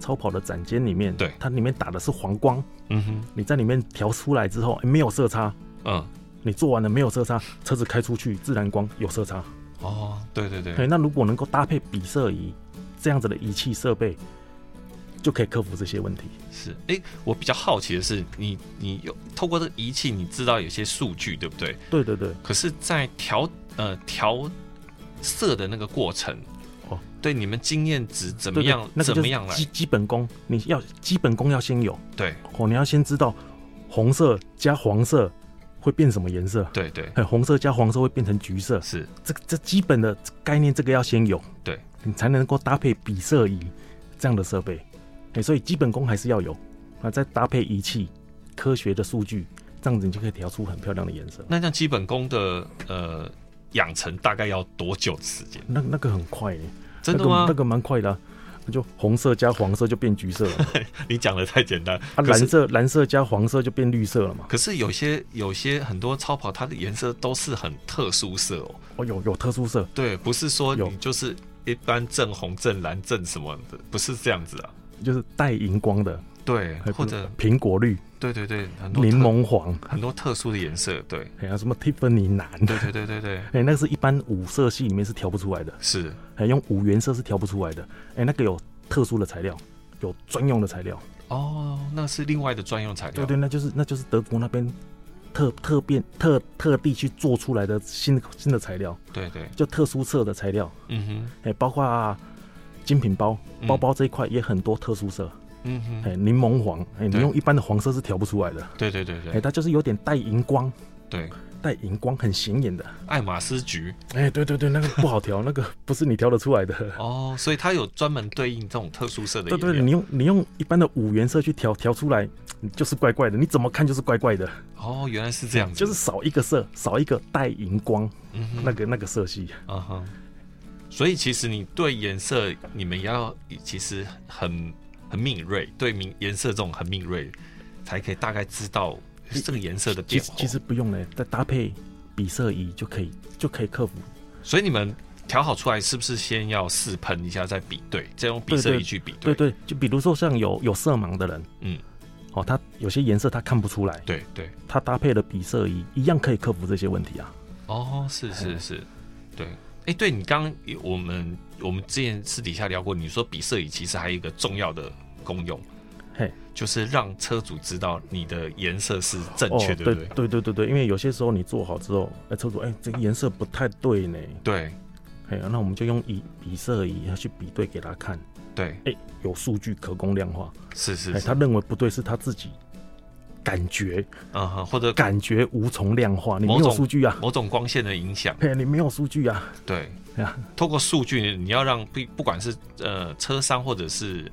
[SPEAKER 2] 超跑的展间里面，
[SPEAKER 1] 对
[SPEAKER 2] 它里面打的是黄光，
[SPEAKER 1] 嗯哼，
[SPEAKER 2] 你在里面调出来之后、哎没有色差，
[SPEAKER 1] 嗯，
[SPEAKER 2] 你做完了没有色差，车子开出去自然光有色差。
[SPEAKER 1] 哦，对对对，
[SPEAKER 2] 对，那如果能够搭配比色仪这样子的仪器设备，就可以克服这些问题。
[SPEAKER 1] 是。哎，我比较好奇的是，你你有透过这个仪器，你知道有些数据，对不对？
[SPEAKER 2] 对对对，
[SPEAKER 1] 可是，在调呃调色的那个过程，
[SPEAKER 2] 哦，
[SPEAKER 1] 对你们经验值怎么
[SPEAKER 2] 对对
[SPEAKER 1] 样？
[SPEAKER 2] 那个
[SPEAKER 1] 怎
[SPEAKER 2] 就
[SPEAKER 1] 么
[SPEAKER 2] 是
[SPEAKER 1] 样来
[SPEAKER 2] 基？基本功，你要基本功要先有
[SPEAKER 1] 对
[SPEAKER 2] 哦，你要先知道红色加黄色会变什么颜色，
[SPEAKER 1] 对对，
[SPEAKER 2] 哎，红色加黄色会变成橘色，
[SPEAKER 1] 是
[SPEAKER 2] 这个这基本的概念这个要先有，
[SPEAKER 1] 对
[SPEAKER 2] 你才能够搭配比色仪这样的设备，哎，所以基本功还是要有，那再搭配仪器、科学的数据，这样子你就可以调出很漂亮的颜色。
[SPEAKER 1] 那像基本功的呃养成大概要多久的时间？
[SPEAKER 2] 那那个很快耶、
[SPEAKER 1] 真的
[SPEAKER 2] 那个
[SPEAKER 1] 吗
[SPEAKER 2] 那？个蛮快的啊、那就红色加黄色就变橘色了 嘛，
[SPEAKER 1] 你讲的太简单。
[SPEAKER 2] 啊，
[SPEAKER 1] 可
[SPEAKER 2] 蓝
[SPEAKER 1] 是
[SPEAKER 2] 色蓝色加黄色就变绿色了嘛。
[SPEAKER 1] 可是有些有些很多超跑，它的颜色都是很特殊色哦。
[SPEAKER 2] 哦，有有特殊色，
[SPEAKER 1] 对，不是说
[SPEAKER 2] 有
[SPEAKER 1] 你就是一般正红、正蓝、正什么的，不是这样子啊。
[SPEAKER 2] 就是带荧光的，
[SPEAKER 1] 对，
[SPEAKER 2] 还有
[SPEAKER 1] 或者
[SPEAKER 2] 苹果绿、
[SPEAKER 1] 对对对，很多
[SPEAKER 2] 柠
[SPEAKER 1] 哦特
[SPEAKER 2] 檬黄，
[SPEAKER 1] 很多特殊的颜色，对
[SPEAKER 2] 还有什么 Tiffany 蓝，
[SPEAKER 1] 对对对对对，
[SPEAKER 2] 哎、那个是一般五色系里面是调不出来的，
[SPEAKER 1] 是
[SPEAKER 2] 哎、用五原色是调不出来的，哎、那个有特殊的材料，有专用的材料。
[SPEAKER 1] 哦，那是另外的专用材料。
[SPEAKER 2] 对对，那就是那就是德国那边特特变特特地去做出来的新新的材料，
[SPEAKER 1] 对对，
[SPEAKER 2] 就特殊色的材料，
[SPEAKER 1] 嗯
[SPEAKER 2] 哎、包括、精品包
[SPEAKER 1] 嗯
[SPEAKER 2] 包包这一块也很多特殊色，
[SPEAKER 1] 哼，嗯
[SPEAKER 2] 哎、
[SPEAKER 1] 哼，
[SPEAKER 2] 柠檬黄，哎、你
[SPEAKER 1] 对
[SPEAKER 2] 用一般的黄色是调不出来的，
[SPEAKER 1] 对对对
[SPEAKER 2] 哎、
[SPEAKER 1] 对
[SPEAKER 2] 它就是有点带荧光，
[SPEAKER 1] 对，
[SPEAKER 2] 带荧光很显眼的，
[SPEAKER 1] 爱马仕橘
[SPEAKER 2] 哎、对对对，那个不好调，那个不是你调得出来的。
[SPEAKER 1] 哦，所以它有专门对应这种特殊色的
[SPEAKER 2] 对
[SPEAKER 1] 颜料。
[SPEAKER 2] 对，你用你用一般的五原色去调调出来，就是怪怪的，你怎么看就是怪怪的，
[SPEAKER 1] 哦，原来是这样子，
[SPEAKER 2] 就是少一个色，少一个带荧光
[SPEAKER 1] 嗯哼
[SPEAKER 2] 那个那个色系。
[SPEAKER 1] 嗯哼，所以其实你对颜色，你们要其实很很敏锐，对明颜色这种很敏锐，才可以大概知道这个颜色的
[SPEAKER 2] 其
[SPEAKER 1] 变
[SPEAKER 2] 实
[SPEAKER 1] 化。
[SPEAKER 2] 其实不用嘞，再搭配比色仪就可以就可以克服。
[SPEAKER 1] 所以你们调好出来，是不是先要试喷一下再比对，再用比色仪去比
[SPEAKER 2] 对
[SPEAKER 1] 对？
[SPEAKER 2] 对，就比如说像有有色盲的人，
[SPEAKER 1] 嗯，
[SPEAKER 2] 哦，他有些颜色他看不出来，
[SPEAKER 1] 对对，
[SPEAKER 2] 他搭配了比色仪一样可以克服这些问题啊。
[SPEAKER 1] 哦，是是是，对。哎，对你刚刚我们我们之前私底下聊过，你说比色仪其实还有一个重要的功用，
[SPEAKER 2] 嘿，
[SPEAKER 1] 就是让车主知道你的颜色是正确，对
[SPEAKER 2] 哦，对
[SPEAKER 1] 不对？
[SPEAKER 2] 对对对对，因为有些时候你做好之后，哎，车主，哎，这个颜色不太对呢，
[SPEAKER 1] 对
[SPEAKER 2] 哎，那我们就用以比色仪去比对给他看，
[SPEAKER 1] 对，
[SPEAKER 2] 哎，有数据可供量化，
[SPEAKER 1] 是是
[SPEAKER 2] 哎，
[SPEAKER 1] 是
[SPEAKER 2] 他，认为不对是他自己感觉
[SPEAKER 1] 嗯哼，或者
[SPEAKER 2] 感觉无从量化，你没
[SPEAKER 1] 某
[SPEAKER 2] 有
[SPEAKER 1] 种
[SPEAKER 2] 数据啊，
[SPEAKER 1] 某种光线的影响，
[SPEAKER 2] 哎，你没有数据啊，
[SPEAKER 1] 对
[SPEAKER 2] 哎呀，
[SPEAKER 1] 透过数据，你要让不不管是呃车商或者是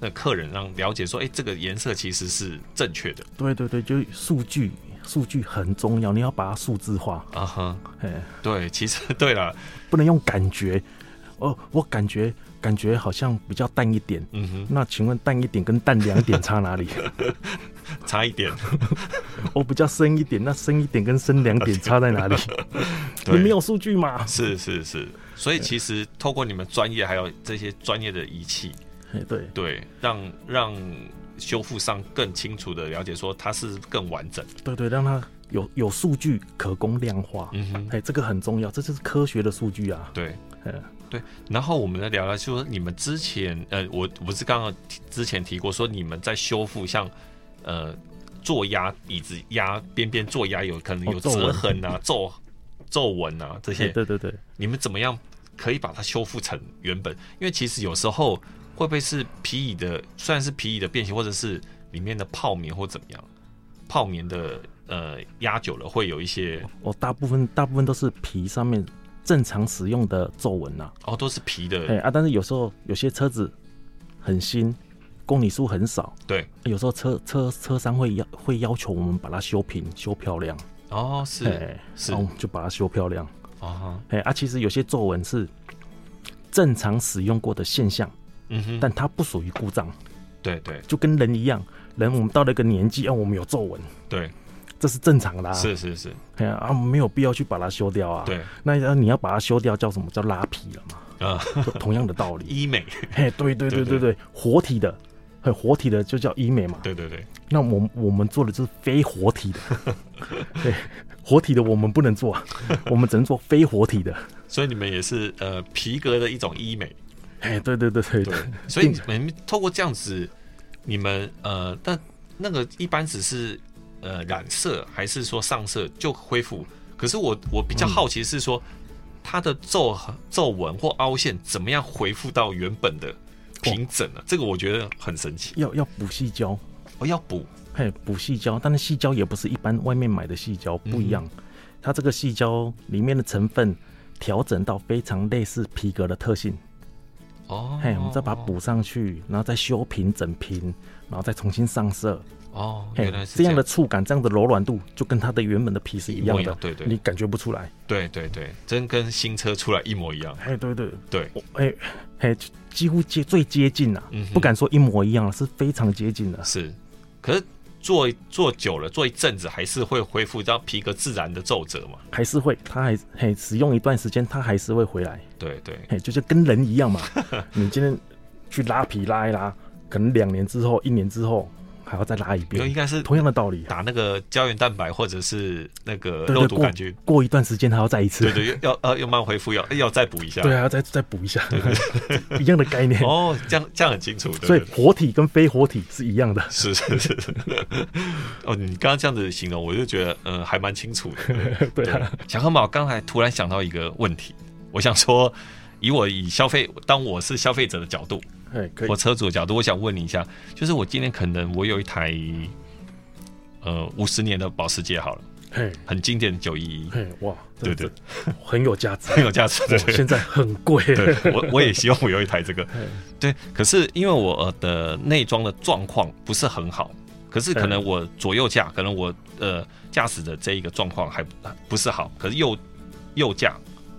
[SPEAKER 1] 呃客人，让了解说，哎、这个颜色其实是正确的，
[SPEAKER 2] 对对对，就是数据，数据很重要，你要把它数字化，
[SPEAKER 1] 啊哈，
[SPEAKER 2] 哎，
[SPEAKER 1] 对，其实对了，
[SPEAKER 2] 不能用感觉。哦，我感觉感觉好像比较淡一点。
[SPEAKER 1] 嗯
[SPEAKER 2] 那请问淡一点跟淡两点差哪里？
[SPEAKER 1] 哼，差一点，
[SPEAKER 2] 哦，比较深一点，那深一点跟深两点差在哪里？你
[SPEAKER 1] 对
[SPEAKER 2] 没有数据嘛？
[SPEAKER 1] 是是是，所以其实透过你们专业还有这些专业的仪器，
[SPEAKER 2] 哎，对
[SPEAKER 1] 对，让让修复商更清楚的了解说它是更完整，
[SPEAKER 2] 对对，让它有有数据可供量化。
[SPEAKER 1] 嗯哼，
[SPEAKER 2] 哎，这个很重要，这就是科学的数据啊。
[SPEAKER 1] 对。
[SPEAKER 2] 嗯，
[SPEAKER 1] 对，然后我们来聊聊，就说你们之前，呃，我我是刚刚提之前提过，说你们在修复像，呃，坐压椅子压边边坐压有可能
[SPEAKER 2] 哦
[SPEAKER 1] 有
[SPEAKER 2] 皱
[SPEAKER 1] 折
[SPEAKER 2] 纹
[SPEAKER 1] 痕啊、皱皱纹啊这
[SPEAKER 2] 哎
[SPEAKER 1] 些，
[SPEAKER 2] 对对对，
[SPEAKER 1] 你们怎么样可以把它修复成原本？因为其实有时候会不会是皮椅的，虽然是皮椅的变形，或者是里面的泡棉或怎么样，泡棉的呃压久了会有一些
[SPEAKER 2] 我大部分大部分都是皮上面正常使用的皱纹呐。
[SPEAKER 1] 哦都是皮
[SPEAKER 2] 哎
[SPEAKER 1] 的，
[SPEAKER 2] 啊，但是有时候有些车子很新，公里数很少，
[SPEAKER 1] 对，
[SPEAKER 2] 有时候车车车商会要会要求我们把它修平、修漂亮，
[SPEAKER 1] 哦是
[SPEAKER 2] 哎，
[SPEAKER 1] 是
[SPEAKER 2] 然后我们就把它修漂亮。
[SPEAKER 1] 啊哈，
[SPEAKER 2] 哎啊，其实有些皱纹是正常使用过的现象，
[SPEAKER 1] 嗯哼，
[SPEAKER 2] 但它不属于故障，
[SPEAKER 1] 对对
[SPEAKER 2] 就跟人一样，人我们到了一个年纪，啊，我们有皱纹，
[SPEAKER 1] 对，
[SPEAKER 2] 这是正常的、啊，
[SPEAKER 1] 是是是，
[SPEAKER 2] 哎呀啊，没有必要去把它修掉啊。，
[SPEAKER 1] 对，
[SPEAKER 2] 那那你要把它修掉，叫什么叫拉皮了 嘛？
[SPEAKER 1] 啊，
[SPEAKER 2] 就同样的道理。
[SPEAKER 1] 医美，
[SPEAKER 2] 嘿，对对对
[SPEAKER 1] 对
[SPEAKER 2] 对对，活体的，很活体的就叫医美嘛。
[SPEAKER 1] 对对对，
[SPEAKER 2] 那我们我们做的就是非活体的， 对，活体的我们不能做啊，我们只能做非活体的。
[SPEAKER 1] 所以你们也是呃皮革的一种医美，
[SPEAKER 2] 嘿，对对对对
[SPEAKER 1] 对
[SPEAKER 2] 对，，
[SPEAKER 1] 所以你
[SPEAKER 2] 嗯
[SPEAKER 1] 们透过这样子，你们呃，但那个一般只是呃染色还是说上色就恢复？可是我我比较
[SPEAKER 2] 嗯
[SPEAKER 1] 好奇是说，它的皱痕皱纹或凹陷怎么样恢复到原本的平整呢、这个我觉得很神奇，
[SPEAKER 2] 要要补细胶，
[SPEAKER 1] 我、要补
[SPEAKER 2] 嘿，补细胶，但是细胶也不是一般外面买的细胶
[SPEAKER 1] 嗯
[SPEAKER 2] 不一样，它这个细胶里面的成分调整到非常类似皮革的特性，
[SPEAKER 1] 哦，
[SPEAKER 2] 嘿，我们再把它补上去，然后再修平整平，然后再重新上色，
[SPEAKER 1] 哦，
[SPEAKER 2] 嘿
[SPEAKER 1] 原来，是
[SPEAKER 2] 这样的触感，这样的柔软度，就跟它的原本的皮是一样
[SPEAKER 1] 一模一
[SPEAKER 2] 的
[SPEAKER 1] 样，对对
[SPEAKER 2] 你感觉不出来。
[SPEAKER 1] 对对对，真跟新车出来一模一样，
[SPEAKER 2] 哎，对对，
[SPEAKER 1] 对，
[SPEAKER 2] 我哎，嘿，几乎接最接近了、
[SPEAKER 1] 嗯哼
[SPEAKER 2] 不敢说一模一样了，是非常接近的。
[SPEAKER 1] 是，可是做做久了，做一阵子还是会恢复到皮革自然的皱褶嘛。
[SPEAKER 2] 还是会，它还嘿使用一段时间，它还是会回来，
[SPEAKER 1] 对对，
[SPEAKER 2] 嘿，就是跟人一 样嘛。你今天去拉皮拉一拉，可能两年之后、一年之后还要再拉一
[SPEAKER 1] 因为应
[SPEAKER 2] 遍，
[SPEAKER 1] 该是
[SPEAKER 2] 同样的道理。
[SPEAKER 1] 打那个胶原蛋白或者是那个
[SPEAKER 2] 对
[SPEAKER 1] 肉
[SPEAKER 2] 对，
[SPEAKER 1] 毒杆菌
[SPEAKER 2] 过，过一段时间还要再一次，
[SPEAKER 1] 对对，要呃要要慢慢恢复，要要再补一下。
[SPEAKER 2] 对啊，再再补一下， 一样的概念。
[SPEAKER 1] 哦，这样这样很清楚，对
[SPEAKER 2] 所以
[SPEAKER 1] 对对
[SPEAKER 2] 活体跟非活体是一 样的。
[SPEAKER 1] 是是是是。哦，你刚刚这样子形容，我就觉得嗯、呃还蛮清楚的。
[SPEAKER 2] 对 啊，
[SPEAKER 1] 小康宝刚才突然想到一个问题，我想说，以我以消费，当我是消费者的角度，
[SPEAKER 2] 哎，可以
[SPEAKER 1] 我，车主的角度，我想问你一下，就是我今天可能我有一台，呃，五十年的保时捷好了，
[SPEAKER 2] 嘿，
[SPEAKER 1] 很经典的九一一，
[SPEAKER 2] 嘿，哇，
[SPEAKER 1] 对
[SPEAKER 2] 这
[SPEAKER 1] 对，
[SPEAKER 2] 这很有价值。
[SPEAKER 1] 很有价值，对
[SPEAKER 2] 哇
[SPEAKER 1] 对
[SPEAKER 2] 现在很贵，
[SPEAKER 1] 对，我我也希望我有一台这个
[SPEAKER 2] 嗯，
[SPEAKER 1] 对。可是因为我呃的内装的状况不是很好，可是可能我左右驾，可能我呃驾驶的这一个状况还不是好，可是右右驾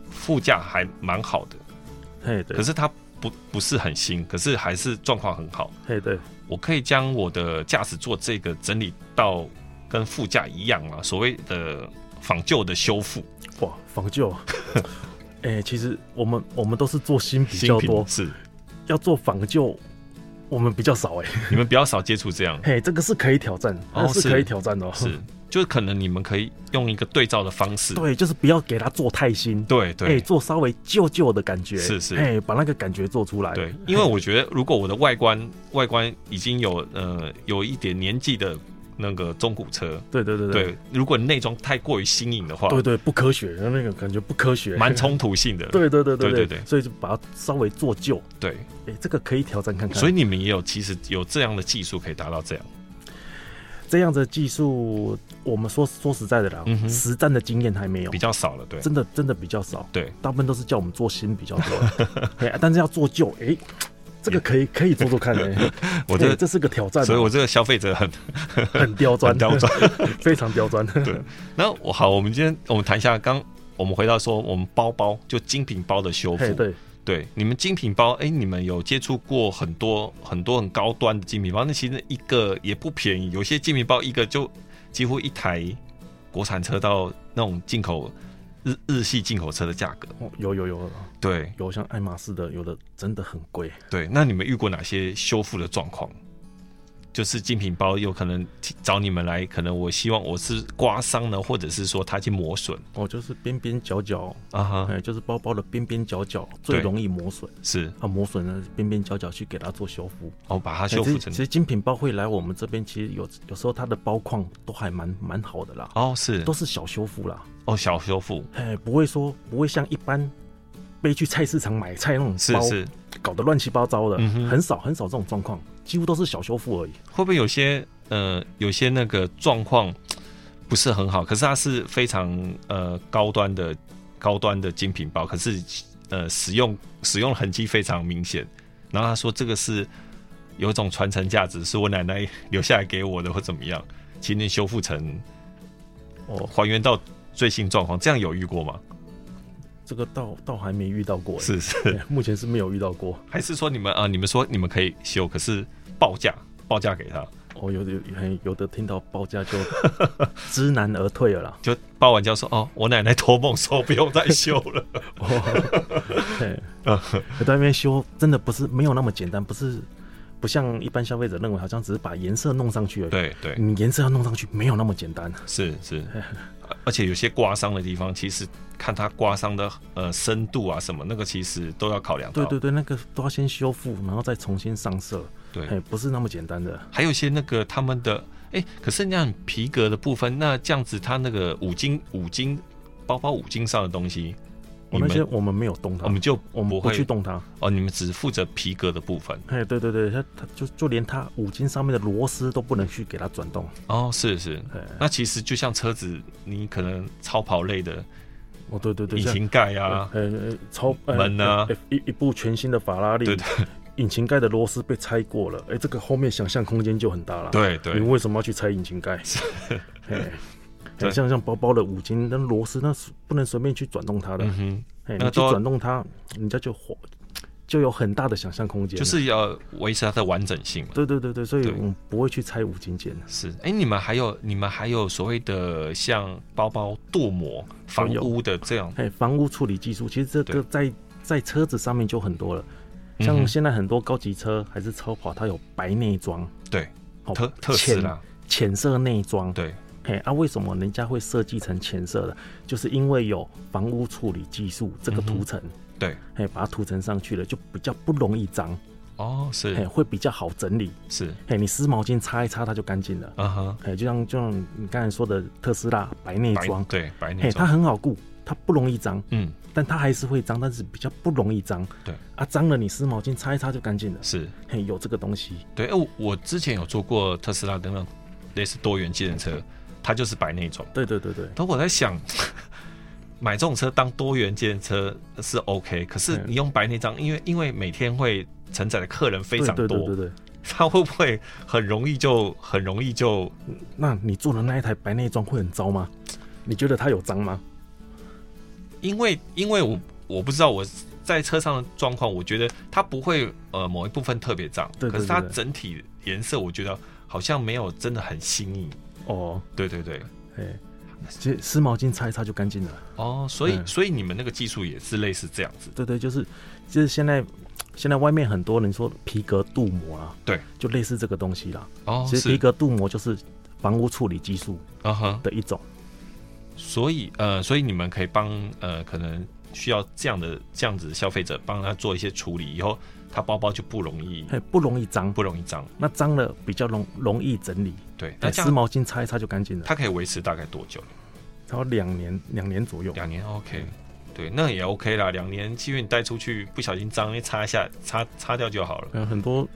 [SPEAKER 1] 副驾还蛮好的，
[SPEAKER 2] 嘿，对
[SPEAKER 1] 可，是它不不是很新，可是还是状况很好。
[SPEAKER 2] 嘿，对，
[SPEAKER 1] 我可以将我的驾驶座这个整理到跟副驾一样啊，所谓的仿旧的修复，
[SPEAKER 2] 哇，仿旧。哎，其实我们我们都是做新比较
[SPEAKER 1] 品
[SPEAKER 2] 多，
[SPEAKER 1] 是
[SPEAKER 2] 要做仿旧，我们比较少哎。，
[SPEAKER 1] 你们比较少接触这样
[SPEAKER 2] 嘿，这个是可以挑战，
[SPEAKER 1] 哦
[SPEAKER 2] 这
[SPEAKER 1] 是
[SPEAKER 2] 是可以挑战的哦。
[SPEAKER 1] 是，就是可能你们可以用一个对照的方式，
[SPEAKER 2] 对，就是不要给它做太新，
[SPEAKER 1] 对
[SPEAKER 2] 哎，
[SPEAKER 1] 对
[SPEAKER 2] 做稍微旧旧的感觉，
[SPEAKER 1] 是是
[SPEAKER 2] 哎，把那个感觉做出来。
[SPEAKER 1] 对，因为我觉得如果我的外观外观已经有呃有一点年纪的那个中古车，
[SPEAKER 2] 对对对对
[SPEAKER 1] 对，如果内装太过于新颖的话，
[SPEAKER 2] 对对，不科学，那个感觉不科学，
[SPEAKER 1] 蛮冲突性的，
[SPEAKER 2] 对对对对
[SPEAKER 1] 对
[SPEAKER 2] 对
[SPEAKER 1] 对对
[SPEAKER 2] 所以就把它稍微做旧，
[SPEAKER 1] 对，
[SPEAKER 2] 哎，这个可以挑战看看。
[SPEAKER 1] 所以
[SPEAKER 2] 以
[SPEAKER 1] 你们也有其实有这样的技术可以达到这样，
[SPEAKER 2] 这样的技术，我们说说实在的啦，
[SPEAKER 1] 嗯哼
[SPEAKER 2] 实战的经验还没有
[SPEAKER 1] 比，较少了，对
[SPEAKER 2] 真的真的比较少，
[SPEAKER 1] 对。
[SPEAKER 2] 大部分都是叫我们做新比 较多，哎，但是要做旧，哎，这个可以可以做做看哎，
[SPEAKER 1] 我这
[SPEAKER 2] 哎这是个挑战啊，
[SPEAKER 1] 所以我这个消费者很
[SPEAKER 2] 很刁钻，
[SPEAKER 1] 很刁钻。
[SPEAKER 2] 非常 刁钻，
[SPEAKER 1] 对那我好，我们今天我们谈一下刚。我们回到说，我们包包就精品包的修
[SPEAKER 2] 嘿
[SPEAKER 1] 复，
[SPEAKER 2] 对，
[SPEAKER 1] 对你们精品包，哎、你们有接触过很多很多很高端的精品包，那其实一个也不便宜，有些精品包一个就几乎一台国产车到那种进口日日系进口车的价格，
[SPEAKER 2] 哦有有有
[SPEAKER 1] 对
[SPEAKER 2] 有像爱马仕的，有的真的很贵，
[SPEAKER 1] 对。那你们遇过哪些修复的状况？就是精品包有可能找你们来，可能我希望我是刮伤呢，或者是说它去磨损
[SPEAKER 2] 哦，就是边边角角，
[SPEAKER 1] 啊哈，
[SPEAKER 2] 哎，就是包包的边边角角最
[SPEAKER 1] 对
[SPEAKER 2] 容易磨损。
[SPEAKER 1] 是
[SPEAKER 2] 啊，磨损的边边角角去给它做修复。
[SPEAKER 1] 哦，把它
[SPEAKER 2] 哎
[SPEAKER 1] 修
[SPEAKER 2] 其
[SPEAKER 1] 复
[SPEAKER 2] 实
[SPEAKER 1] 成
[SPEAKER 2] 其实精品包会来我们这边，其实有有时候它的包框都还蛮蛮好的啦，
[SPEAKER 1] 哦是
[SPEAKER 2] 都是小修复啦，
[SPEAKER 1] 哦小修复
[SPEAKER 2] 哎，不会说不会像一般背去菜市场买菜那种
[SPEAKER 1] 是
[SPEAKER 2] 包
[SPEAKER 1] 是，
[SPEAKER 2] 搞得乱七八糟的，
[SPEAKER 1] 嗯哼
[SPEAKER 2] 很少很少这种状况，几乎都是小修复而已。
[SPEAKER 1] 会不会有些呃有些那个状况不是很好？可是它是非常呃高端的高端的精品包，可是呃使用使用痕迹非常明显。然后他说这个是有一种传承价值，是我奶奶留下来给我的，或怎么样，今天修复成
[SPEAKER 2] 哦，
[SPEAKER 1] 还原到最新状况，这样有遇过吗？
[SPEAKER 2] 这个倒倒还没遇到过，哎
[SPEAKER 1] 是是，
[SPEAKER 2] 哎目前是没有遇到过。
[SPEAKER 1] 还是说你们啊、呃你们说你们可以修，可是报价报价给他，
[SPEAKER 2] 哦，有的有哎有的听到报 价就知难而退了啦。
[SPEAKER 1] 就报完价说哦，我奶奶托梦说不用再修了。
[SPEAKER 2] 哦， 对，我在那边修真的不是没有那么简单，不是不像一般消费者认为，好像只是把颜色弄上去而已。，
[SPEAKER 1] 对对，
[SPEAKER 2] 你颜色要弄上去没有那么简单。
[SPEAKER 1] 是 是，而而且有些刮伤的地方，其实看它刮伤的呃深度啊什么，那个其实都要考量到。
[SPEAKER 2] 对对对，那个都要先修复，然后再重新上色，
[SPEAKER 1] 对
[SPEAKER 2] 哎，不是那么简单的。
[SPEAKER 1] 还有一些那个他们的哎、可是那样皮革的部分，那这样子它那个五金五金包包五金上的东西，
[SPEAKER 2] 我
[SPEAKER 1] 你
[SPEAKER 2] 哦那些
[SPEAKER 1] 们
[SPEAKER 2] 我们没有动它，
[SPEAKER 1] 我们就
[SPEAKER 2] 我们
[SPEAKER 1] 不
[SPEAKER 2] 不
[SPEAKER 1] 会
[SPEAKER 2] 去动它。
[SPEAKER 1] 哦，你们只负责皮革的部分
[SPEAKER 2] 哎，对对对，它它就就连它五金上面的螺丝都不能去给它转动。
[SPEAKER 1] 哦，是是。
[SPEAKER 2] 哎，
[SPEAKER 1] 那其实就像车子，你可能超跑类的
[SPEAKER 2] 哦对对对，
[SPEAKER 1] 引
[SPEAKER 2] 像
[SPEAKER 1] 擎盖啊，
[SPEAKER 2] 呃，呃超呃
[SPEAKER 1] 门啊
[SPEAKER 2] 呃一一部全新的法拉利，
[SPEAKER 1] 对对
[SPEAKER 2] 引擎盖的螺丝被拆过了，哎、这个后面想象空间就很大了。，
[SPEAKER 1] 对对
[SPEAKER 2] 你，为什么要去拆引 擎盖？哎，
[SPEAKER 1] 对
[SPEAKER 2] 哎像像包包的五金那螺丝，那是不能随便去转动它的，
[SPEAKER 1] 嗯哼，
[SPEAKER 2] 哎、
[SPEAKER 1] 那
[SPEAKER 2] 你去
[SPEAKER 1] 都要
[SPEAKER 2] 转动它，人家就火就有很大的想象空间了。
[SPEAKER 1] 就是要维持它的完整性嘛。
[SPEAKER 2] 对对对对，所以
[SPEAKER 1] 对
[SPEAKER 2] 我们不会去拆无金件的。
[SPEAKER 1] 是，哎、你们还有你们还有所谓的像包包镀膜、房
[SPEAKER 2] 有
[SPEAKER 1] 屋的这样，
[SPEAKER 2] 哎，房屋处理技术其实这个
[SPEAKER 1] 对
[SPEAKER 2] 在在车子上面就很多了，
[SPEAKER 1] 嗯
[SPEAKER 2] 像
[SPEAKER 1] 哼
[SPEAKER 2] 现在很多高级车还是超跑，它有白内装，
[SPEAKER 1] 对
[SPEAKER 2] 好
[SPEAKER 1] 特特斯拉，
[SPEAKER 2] 哦浅色内装。
[SPEAKER 1] 对，
[SPEAKER 2] 嘿啊，为什么人家会设计成浅色的？就是因为有房屋处理技术这个
[SPEAKER 1] 嗯哼
[SPEAKER 2] 涂层，
[SPEAKER 1] 对，
[SPEAKER 2] 嘿，把它涂层上去了，就比较不容易脏，
[SPEAKER 1] 哦，
[SPEAKER 2] 嘿，
[SPEAKER 1] 是
[SPEAKER 2] 会比较好整理，
[SPEAKER 1] 是，
[SPEAKER 2] 嘿，你湿毛巾擦一擦它就干净了，
[SPEAKER 1] 嗯哼，
[SPEAKER 2] 嘿，就像就像你刚才说的特斯拉白内
[SPEAKER 1] 白
[SPEAKER 2] 装，
[SPEAKER 1] 对白内
[SPEAKER 2] 嘿，它
[SPEAKER 1] 装，
[SPEAKER 2] 很好顾，它不容易脏，
[SPEAKER 1] 嗯，
[SPEAKER 2] 但它还是会脏，但是比较不容易脏，
[SPEAKER 1] 对，
[SPEAKER 2] 啊，脏了你湿毛巾擦一擦就干净了，
[SPEAKER 1] 是
[SPEAKER 2] 嘿，有这个东西，
[SPEAKER 1] 对。哎、我我之前有坐过特斯拉的那种类似多元机能车，它就是白内装。
[SPEAKER 2] 对对对对，
[SPEAKER 1] 但我在想，买这种车当多元机能车是 OK，可是
[SPEAKER 2] 嗯
[SPEAKER 1] 你用白内装，因为因为每天会承载的客人非常
[SPEAKER 2] 对对对
[SPEAKER 1] 多
[SPEAKER 2] 对，对，
[SPEAKER 1] 它会不会很容易就很容易就
[SPEAKER 2] 那你做的那一台白内装会很糟吗？你觉得它有脏吗？
[SPEAKER 1] 因为因为我我不知道我在车上的状况，我觉得它不会呃某一部分特别脏，
[SPEAKER 2] 对对
[SPEAKER 1] 可是它
[SPEAKER 2] 对对
[SPEAKER 1] 整体颜色我觉得好像没有真的很新意。
[SPEAKER 2] 哦，
[SPEAKER 1] 对对对，
[SPEAKER 2] 哎，其实湿毛巾擦一擦就干净了。
[SPEAKER 1] 哦，所以、
[SPEAKER 2] 嗯
[SPEAKER 1] 所以你们那个技术也是类似这样子，
[SPEAKER 2] 对对，就是就是现在现在外面很多人说皮革镀膜啦，
[SPEAKER 1] 对，
[SPEAKER 2] 就类似这个东西啦。
[SPEAKER 1] 哦
[SPEAKER 2] 其实皮
[SPEAKER 1] 是，
[SPEAKER 2] 革镀膜就是房屋处理技术
[SPEAKER 1] 啊哈，
[SPEAKER 2] 的一种。
[SPEAKER 1] 所以呃，所以你们可以帮呃可能需要这样的这样子的消费者帮他做一些处理，以后他包包就不容易
[SPEAKER 2] 嘿，不容易脏，
[SPEAKER 1] 不容易脏，
[SPEAKER 2] 那脏了比较容容易整理。
[SPEAKER 1] 对，那
[SPEAKER 2] 哎
[SPEAKER 1] 这
[SPEAKER 2] 湿
[SPEAKER 1] 样
[SPEAKER 2] 毛巾擦一擦就干净了，
[SPEAKER 1] 它可以维持大概多久？
[SPEAKER 2] 然后两年两年左右。
[SPEAKER 1] 两年 OK，对，那也 OK 啦。两年，其实你带出去不小心脏，一擦一下，擦擦掉就好了。
[SPEAKER 2] 嗯，很多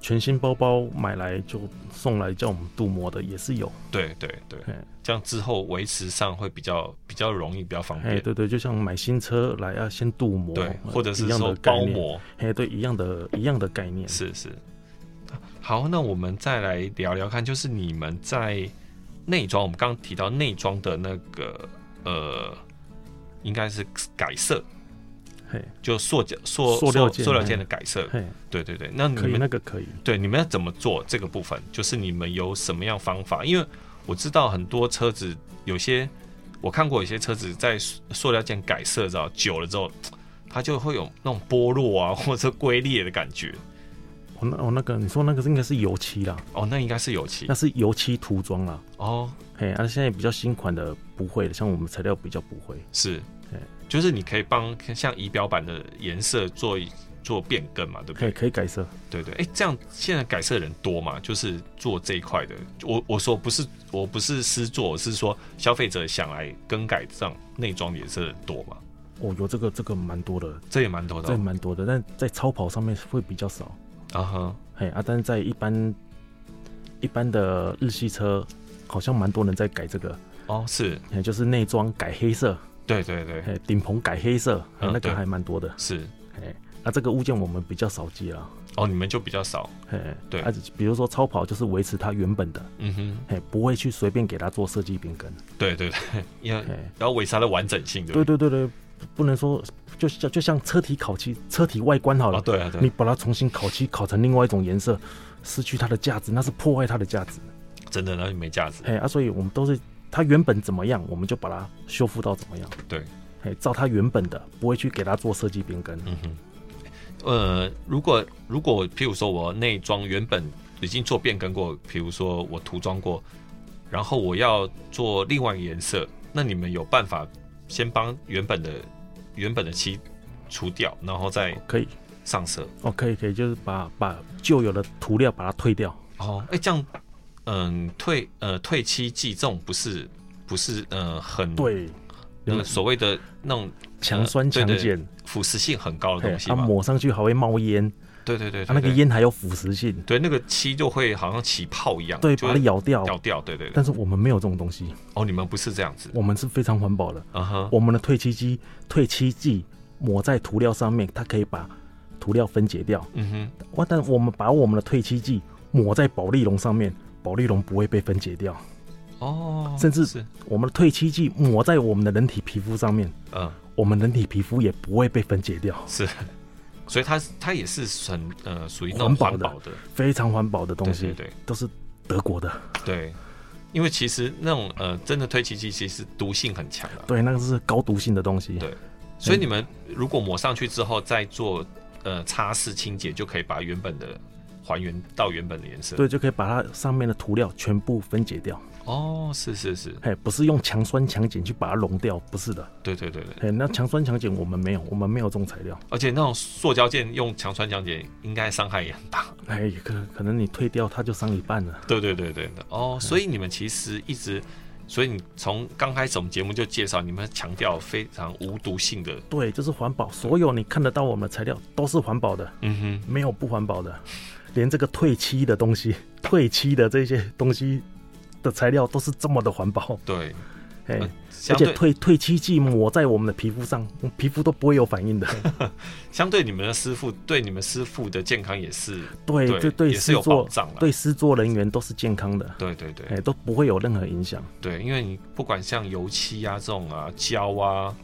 [SPEAKER 2] 全新包包买来就送来叫我们镀膜的也是有。
[SPEAKER 1] 对对对
[SPEAKER 2] 嘿，
[SPEAKER 1] 这样之后维持上会比较比较容易，比较方
[SPEAKER 2] 哎，
[SPEAKER 1] 便。
[SPEAKER 2] 对对，就像买新车来要先镀膜，呃
[SPEAKER 1] 对，或者是
[SPEAKER 2] 一样
[SPEAKER 1] 说
[SPEAKER 2] 的概
[SPEAKER 1] 包
[SPEAKER 2] 念。
[SPEAKER 1] 膜，
[SPEAKER 2] 哎，对，一样的一样的概念。
[SPEAKER 1] 是是。好，那我们再来聊聊看，就是你们在内装，我们刚刚提到内装的那个呃，应该是改色，
[SPEAKER 2] 嘿，
[SPEAKER 1] 就塑胶塑
[SPEAKER 2] 塑料件
[SPEAKER 1] 塑料件的改色。
[SPEAKER 2] 嘿，
[SPEAKER 1] 对对对，那你
[SPEAKER 2] 可以，
[SPEAKER 1] 们
[SPEAKER 2] 那个可以。
[SPEAKER 1] 对，你们要怎么做这个部分？就是你们有什么样方法？因为我知道很多车子，有些我看过有些车子在塑塑料件改色之后，久了之后，它就会有那种剥落啊，或者是龟裂的感觉。
[SPEAKER 2] 我那我那个你说那个是应该是油漆啦，
[SPEAKER 1] 哦，那应该是油漆
[SPEAKER 2] 那是油漆涂装啦。
[SPEAKER 1] 哦，
[SPEAKER 2] 嘿，啊，现在比较新款的不会了，像我们材料比较不会。
[SPEAKER 1] 是
[SPEAKER 2] 对，
[SPEAKER 1] 就是你可以帮像仪表板的颜色做一做变更嘛，对不
[SPEAKER 2] 可以
[SPEAKER 1] 对？
[SPEAKER 2] 可以改色，
[SPEAKER 1] 对对，哎，这样现在改色的人多嘛？就是做这一块的。我我说不是，我不是私做，我是说消费者想来更改这样内装的颜色的人多嘛？
[SPEAKER 2] 哦，有这个这个蛮多的，
[SPEAKER 1] 这也蛮多的
[SPEAKER 2] 这
[SPEAKER 1] 哦
[SPEAKER 2] 蛮多的，但在超跑上面会比较少。
[SPEAKER 1] 啊哈，
[SPEAKER 2] 嘿啊，但是在一般一般的日系车，好像蛮多人在改这个，
[SPEAKER 1] 哦，是
[SPEAKER 2] 嘿，就是内装改黑色，
[SPEAKER 1] 对对对，
[SPEAKER 2] 嘿，顶棚改黑色，嘿
[SPEAKER 1] 嗯
[SPEAKER 2] 那
[SPEAKER 1] 对
[SPEAKER 2] 个还蛮多的。
[SPEAKER 1] 是
[SPEAKER 2] 嘿，啊，这个物件我们比较少接啦。
[SPEAKER 1] 哦，你们就比较少，
[SPEAKER 2] 嘿，
[SPEAKER 1] 对
[SPEAKER 2] 啊，比如说超跑就是维持它原本的，
[SPEAKER 1] 嗯哼，
[SPEAKER 2] 嘿，不会去随便给它做设计变更。
[SPEAKER 1] 对对对， 要
[SPEAKER 2] 嘿，
[SPEAKER 1] 要维持它的完整性，对不
[SPEAKER 2] 对
[SPEAKER 1] 对？
[SPEAKER 2] 对对对，不能说就像就像车体烤漆、车体外观好了，
[SPEAKER 1] 哦，对啊，
[SPEAKER 2] 你
[SPEAKER 1] 对，
[SPEAKER 2] 把它重新烤漆，烤成另外一种颜色，失去它的价值，那是破坏它的价值。
[SPEAKER 1] 真的，那就没价值，
[SPEAKER 2] 嘿啊，所以我们都是它原本怎么样，我们就把它修复到怎么样。
[SPEAKER 1] 对，
[SPEAKER 2] 嘿，照它原本的，不会去给它做设计变更。
[SPEAKER 1] 嗯哼，呃，如果如果譬如说我内装原本已经做变更过，譬如说我涂装过，然后我要做另外一个颜色，那你们有办法先帮原本的原本的漆除掉，然后再
[SPEAKER 2] 可以，
[SPEAKER 1] 上色？
[SPEAKER 2] 哦，可以，可以，就是把把旧有的涂料把它退掉。
[SPEAKER 1] 哦，哎、这样，嗯，退呃退漆剂这种不是不是呃很
[SPEAKER 2] 对，
[SPEAKER 1] 那个所谓的那种呃
[SPEAKER 2] 强酸强
[SPEAKER 1] 对对
[SPEAKER 2] 碱，
[SPEAKER 1] 腐蚀性很高的
[SPEAKER 2] 嘿
[SPEAKER 1] 东，西
[SPEAKER 2] 它
[SPEAKER 1] 嘛？
[SPEAKER 2] 抹上去还会冒烟，
[SPEAKER 1] 对对对对
[SPEAKER 2] 它那个
[SPEAKER 1] 对
[SPEAKER 2] 烟还有腐蚀性，
[SPEAKER 1] 对那个漆就会好像起泡一样，
[SPEAKER 2] 对，
[SPEAKER 1] 就
[SPEAKER 2] 把它
[SPEAKER 1] 会
[SPEAKER 2] 咬掉。
[SPEAKER 1] 掉掉，对对对
[SPEAKER 2] 但。是我们没有这种东西，
[SPEAKER 1] 哦，你们不是这样子，
[SPEAKER 2] 我们是非常环保的。
[SPEAKER 1] 啊哈，
[SPEAKER 2] 我们的褪漆机、褪漆剂抹在涂料上面，它可以把涂料分解掉。
[SPEAKER 1] 嗯哼，
[SPEAKER 2] 哇，但我们把我们的褪漆剂抹在保丽龙上面，保丽龙不会被分解掉。
[SPEAKER 1] 哦，
[SPEAKER 2] 甚至
[SPEAKER 1] 是，
[SPEAKER 2] 我们的褪漆剂抹在我们的人体皮肤上面，
[SPEAKER 1] 嗯，
[SPEAKER 2] 我们人体皮肤也不会被分解掉。
[SPEAKER 1] 是， 所以它是它也是很呃属于那种
[SPEAKER 2] 环保
[SPEAKER 1] 环
[SPEAKER 2] 的
[SPEAKER 1] 保的，
[SPEAKER 2] 非常环保的东
[SPEAKER 1] 对
[SPEAKER 2] 西，
[SPEAKER 1] 对对
[SPEAKER 2] 都是德国的。
[SPEAKER 1] 对。因为其实那种呃，真的推气剂其实毒性很强的、
[SPEAKER 2] 对，那个是高毒性的东西。
[SPEAKER 1] 对所以你们如果抹上去之后再做呃擦拭清洁，就可以把原本的还原到原本的颜色。
[SPEAKER 2] 对，就可以把它上面的涂料全部分解掉。
[SPEAKER 1] 哦，是是是，
[SPEAKER 2] 嘿，不是用强酸强碱去把它溶掉，不是的。
[SPEAKER 1] 对对对对，
[SPEAKER 2] 嘿，那强酸强碱我们没有，我们没有这种材料。
[SPEAKER 1] 而且那种塑胶件用强酸强碱应该伤害也很大。
[SPEAKER 2] 哎，也可可能你退掉它就伤一半了。
[SPEAKER 1] 对对对对对，哦，所以你们其实一直，所以你从刚开始我们节目就介绍，你们强调非常无毒性的，
[SPEAKER 2] 对，就是环保，所有你看得到我们的材料都是环保的，
[SPEAKER 1] 嗯哼，
[SPEAKER 2] 没有不环保的。连这个退漆的东西，退漆的这些东西的材料都是这么的环保。
[SPEAKER 1] 对，
[SPEAKER 2] 哎，
[SPEAKER 1] 呃
[SPEAKER 2] 而
[SPEAKER 1] 相
[SPEAKER 2] 且
[SPEAKER 1] 对
[SPEAKER 2] 退退漆剂抹在我们的皮肤上，皮肤都不会有反应的。
[SPEAKER 1] 嗯相对你们的师傅对你们师傅的健康也是，
[SPEAKER 2] 对，
[SPEAKER 1] 对
[SPEAKER 2] 这对
[SPEAKER 1] 也是
[SPEAKER 2] 施
[SPEAKER 1] 有
[SPEAKER 2] 作
[SPEAKER 1] 保障啦
[SPEAKER 2] 对施作人员都是健康的，
[SPEAKER 1] 对对对
[SPEAKER 2] 哎，都不会有任何影响。
[SPEAKER 1] 对，因为你不管像油漆啊这种啊胶啊，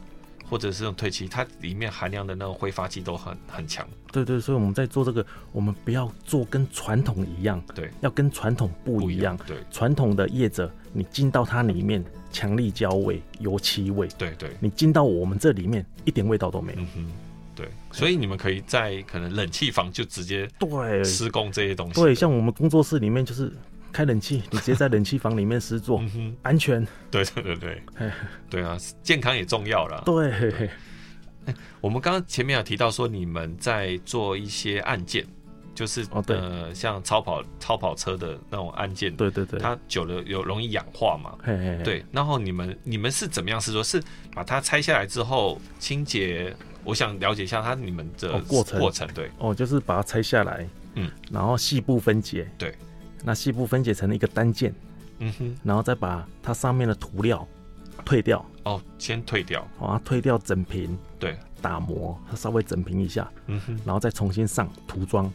[SPEAKER 1] 或者是这种褪漆，它里面含量的那种挥发剂都很很强，
[SPEAKER 2] 对对，所以我们在做这个，我们不要做跟传统一样，
[SPEAKER 1] 对，
[SPEAKER 2] 要跟传统不一样。
[SPEAKER 1] 对
[SPEAKER 2] 传统的业者，你进到它里面，强力胶味、油漆味，
[SPEAKER 1] 对对，
[SPEAKER 2] 你进到我们这里面一点味道都没有。
[SPEAKER 1] 嗯哼，对，所以你们可以在可能冷气房就直接
[SPEAKER 2] 对
[SPEAKER 1] 施工这些东西，
[SPEAKER 2] 对，像我们工作室里面就是开冷气，你直接在冷气房里面施作，
[SPEAKER 1] 嗯哼，
[SPEAKER 2] 安全。
[SPEAKER 1] 对对对对
[SPEAKER 2] 哎，
[SPEAKER 1] 对啊，健康也重要啦。
[SPEAKER 2] 对，
[SPEAKER 1] 我们刚刚前面有提到说，你们在做一些案件，就是、
[SPEAKER 2] 哦对
[SPEAKER 1] 呃，像超跑超跑车的那种案件，
[SPEAKER 2] 对对对，
[SPEAKER 1] 它久了有容易氧化嘛，
[SPEAKER 2] 嘿嘿嘿
[SPEAKER 1] 对，然后你们你们是怎么样？是说是把它拆下来之后清洁？我想了解一下它你们的
[SPEAKER 2] 哦过程
[SPEAKER 1] 过程对，
[SPEAKER 2] 哦，就是把它拆下来，
[SPEAKER 1] 嗯，
[SPEAKER 2] 然后细部分解，
[SPEAKER 1] 对，
[SPEAKER 2] 那细部分解成一个单件，
[SPEAKER 1] 嗯哼，
[SPEAKER 2] 然后再把它上面的涂料退掉，
[SPEAKER 1] 哦，先退掉，
[SPEAKER 2] 好、哦，它退掉整平，
[SPEAKER 1] 对，
[SPEAKER 2] 打磨，它稍微整平一下，
[SPEAKER 1] 嗯哼，
[SPEAKER 2] 然后再重新上涂装，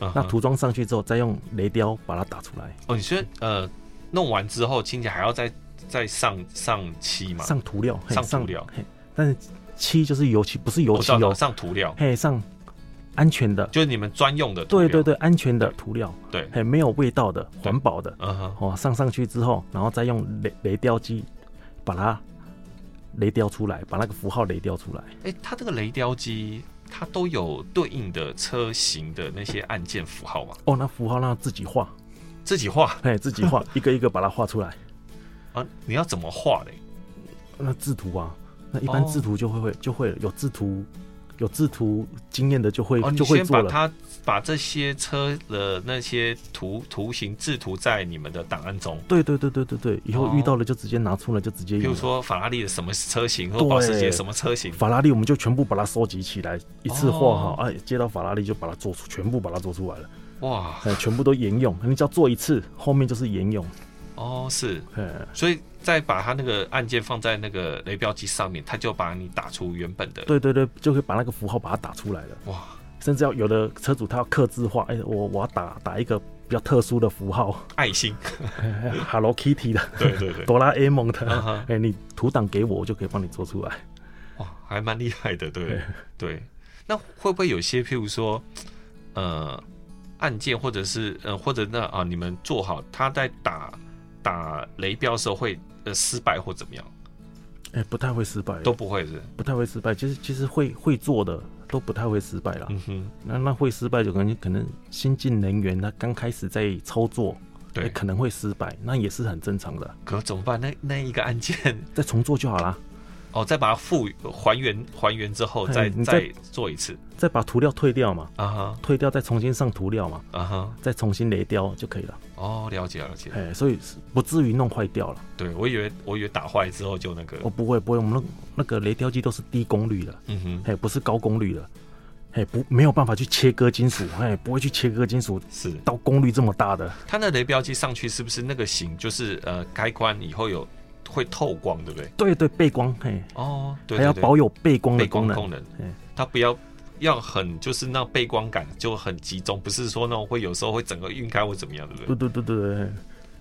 [SPEAKER 1] 嗯
[SPEAKER 2] 那
[SPEAKER 1] 哼
[SPEAKER 2] 涂装上去之后，再用雷雕把它打出来，
[SPEAKER 1] 哦，你说呃，弄完之后清洁还要再再上上漆嘛？
[SPEAKER 2] 上涂料，嘿
[SPEAKER 1] 嗯上涂料，
[SPEAKER 2] 嘿但是漆就是油漆，不是
[SPEAKER 1] 我
[SPEAKER 2] 油
[SPEAKER 1] 知
[SPEAKER 2] 漆
[SPEAKER 1] 道
[SPEAKER 2] 哦，
[SPEAKER 1] 上涂料，
[SPEAKER 2] 嘿，上安全的，
[SPEAKER 1] 就是你们专用的涂
[SPEAKER 2] 对
[SPEAKER 1] 料，
[SPEAKER 2] 对对，安全的涂料，
[SPEAKER 1] 对对，
[SPEAKER 2] 嘿，没有味道的，环保的，
[SPEAKER 1] 嗯哼，
[SPEAKER 2] 哦，上上去之后，然后再用雷雷雕机把它雷雕出来，把那个符号雷雕出来。
[SPEAKER 1] 哎、它这个雷雕机它都有对应的车型的那些按键符号嘛？
[SPEAKER 2] 哦，那符号让它自己画，
[SPEAKER 1] 自己画
[SPEAKER 2] 嘿，自 己画，一个一个把它画出来。
[SPEAKER 1] 啊？你要怎么画嘞？
[SPEAKER 2] 那制图啊，那一般
[SPEAKER 1] 哦
[SPEAKER 2] 制图就会会、就会了有制图，有制图经验的就会、
[SPEAKER 1] 哦，你
[SPEAKER 2] 就会
[SPEAKER 1] 先
[SPEAKER 2] 做
[SPEAKER 1] 把
[SPEAKER 2] 了。
[SPEAKER 1] 它把这些车的那些图图形制图在你们的档案中，
[SPEAKER 2] 对对对对对对，以后
[SPEAKER 1] 哦
[SPEAKER 2] 遇到了就直接拿出来，就直接
[SPEAKER 1] 比
[SPEAKER 2] 用
[SPEAKER 1] 如
[SPEAKER 2] 了。
[SPEAKER 1] 说法拉利的什么车型，或
[SPEAKER 2] 哎对
[SPEAKER 1] 保时捷什么车型，
[SPEAKER 2] 法拉利，我们就全部把它收集起来，一次画
[SPEAKER 1] 哦
[SPEAKER 2] 好，哎、接到法拉利就把它做出，全部把它做出来了，
[SPEAKER 1] 哇，
[SPEAKER 2] 哎，全部都沿用，你只要做一次，后面就是沿用，
[SPEAKER 1] 哦是，
[SPEAKER 2] 哎，
[SPEAKER 1] 所以再把它那个按键放在那个雷标机上面，它就把你打出原本的，
[SPEAKER 2] 对对对，就可以把那个符号把它打出来了。
[SPEAKER 1] 哇，
[SPEAKER 2] 甚至要有的车主他要刻字化，哎、我我要打打一个比较特殊的符 号
[SPEAKER 1] 爱心，
[SPEAKER 2] ，Hello Kitty 的，
[SPEAKER 1] 对对对，
[SPEAKER 2] 哆啦 A 梦的，
[SPEAKER 1] 嗯
[SPEAKER 2] 哎、
[SPEAKER 1] 哼
[SPEAKER 2] 你图档给我，我就可以帮你做出来。
[SPEAKER 1] 哇，还蛮厉害的，对
[SPEAKER 2] 对
[SPEAKER 1] 对，那会不会有些譬如说，呃，按键或者是呃或者那啊，你们做好，它在打打雷标的时候会呃失败或怎么样？
[SPEAKER 2] 哎、不太会失败，
[SPEAKER 1] 都不会是，
[SPEAKER 2] 不太会失败。其实其实会会做的都不太会失败啦。
[SPEAKER 1] 嗯哼，
[SPEAKER 2] 那那会失败就可能可能新进人员他刚开始在操作，哎
[SPEAKER 1] 对，
[SPEAKER 2] 可能会失败，那也是很正常的，
[SPEAKER 1] 可怎么办？那那一个按键
[SPEAKER 2] 再重做就好啦。
[SPEAKER 1] 哦，再把它复还原还原之后，
[SPEAKER 2] 哎
[SPEAKER 1] 再
[SPEAKER 2] 你
[SPEAKER 1] 再
[SPEAKER 2] 再
[SPEAKER 1] 做一次
[SPEAKER 2] 再把涂料退掉嘛，
[SPEAKER 1] 啊哈
[SPEAKER 2] 退掉再重新上涂料嘛，
[SPEAKER 1] 啊哈，
[SPEAKER 2] 再重新雷雕就可以了。
[SPEAKER 1] 哦，了解了解，
[SPEAKER 2] 哎、所以是不至于弄坏掉了。
[SPEAKER 1] 对我以为我以为打坏之后就那个
[SPEAKER 2] 哦，，不会不会，我们那那个雷雕机都是低功率的，
[SPEAKER 1] 嗯哼，
[SPEAKER 2] 嘿，不是高功率的，嘿，不没有办法去切割金属，嘿，不会去切割金属
[SPEAKER 1] 是
[SPEAKER 2] 到功率这么大的，
[SPEAKER 1] 它那雷标机上去是不是那个型就是呃开关以后有会透光，对不对？
[SPEAKER 2] 对对，背光，嘿，
[SPEAKER 1] 哦，对
[SPEAKER 2] 还要
[SPEAKER 1] 对对
[SPEAKER 2] 保有背光的
[SPEAKER 1] 背
[SPEAKER 2] 功
[SPEAKER 1] 光
[SPEAKER 2] 能，
[SPEAKER 1] 功能
[SPEAKER 2] 嗯，
[SPEAKER 1] 它不要要很就是那背光感就很集中，不是说那种会有时候会整个晕开或怎么样，对不对？
[SPEAKER 2] 对对对对对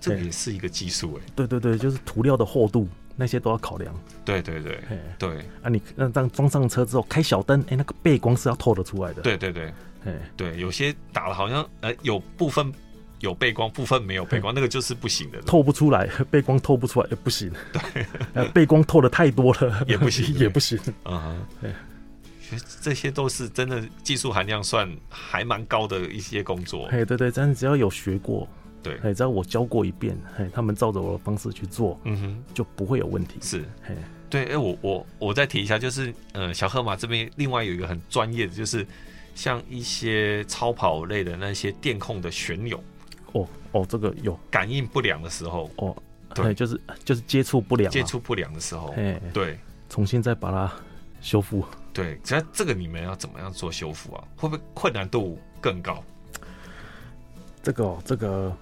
[SPEAKER 1] 这个也是一个技术哎、
[SPEAKER 2] 对对对，就是涂料的厚度，那些都要考量。
[SPEAKER 1] 对对对
[SPEAKER 2] 嘿
[SPEAKER 1] 对
[SPEAKER 2] 啊你，那这样装上车之后开小灯，哎、那个背光是要透得出来的。，
[SPEAKER 1] 对对对
[SPEAKER 2] 哎，
[SPEAKER 1] 对，有些打了好像呃有部分有背光，部分没有背光，那个就是不行的，
[SPEAKER 2] 透不出来，背光透不出来也不行。对，背光透的太多了
[SPEAKER 1] 也不行
[SPEAKER 2] 也不行。
[SPEAKER 1] 嗯
[SPEAKER 2] 对
[SPEAKER 1] 哼，其实这些都是真的技术含量算还蛮高的一些工作。
[SPEAKER 2] 哎，对对，但是只要有学过，
[SPEAKER 1] 对，
[SPEAKER 2] 哎，只要我教过一遍，哎，他们照着我的方式去做，
[SPEAKER 1] 嗯哼，
[SPEAKER 2] 就不会有问题。
[SPEAKER 1] 是
[SPEAKER 2] 嘿，
[SPEAKER 1] 对。哎，我我我再提一下，就是呃，小河马这边另外有一个很专业的，就是像一些超跑类的那些电控的旋钮
[SPEAKER 2] 哦哦，这个有
[SPEAKER 1] 感应不良的时候，
[SPEAKER 2] 哦，
[SPEAKER 1] 对
[SPEAKER 2] 嘿就是就是接触不良、啊，
[SPEAKER 1] 接，触不良的时候，
[SPEAKER 2] 哎，
[SPEAKER 1] 对
[SPEAKER 2] 重新再把它修复。
[SPEAKER 1] 对，只要这个你们要怎么样做修复啊？会不会困难度更高？
[SPEAKER 2] 这个哦，这个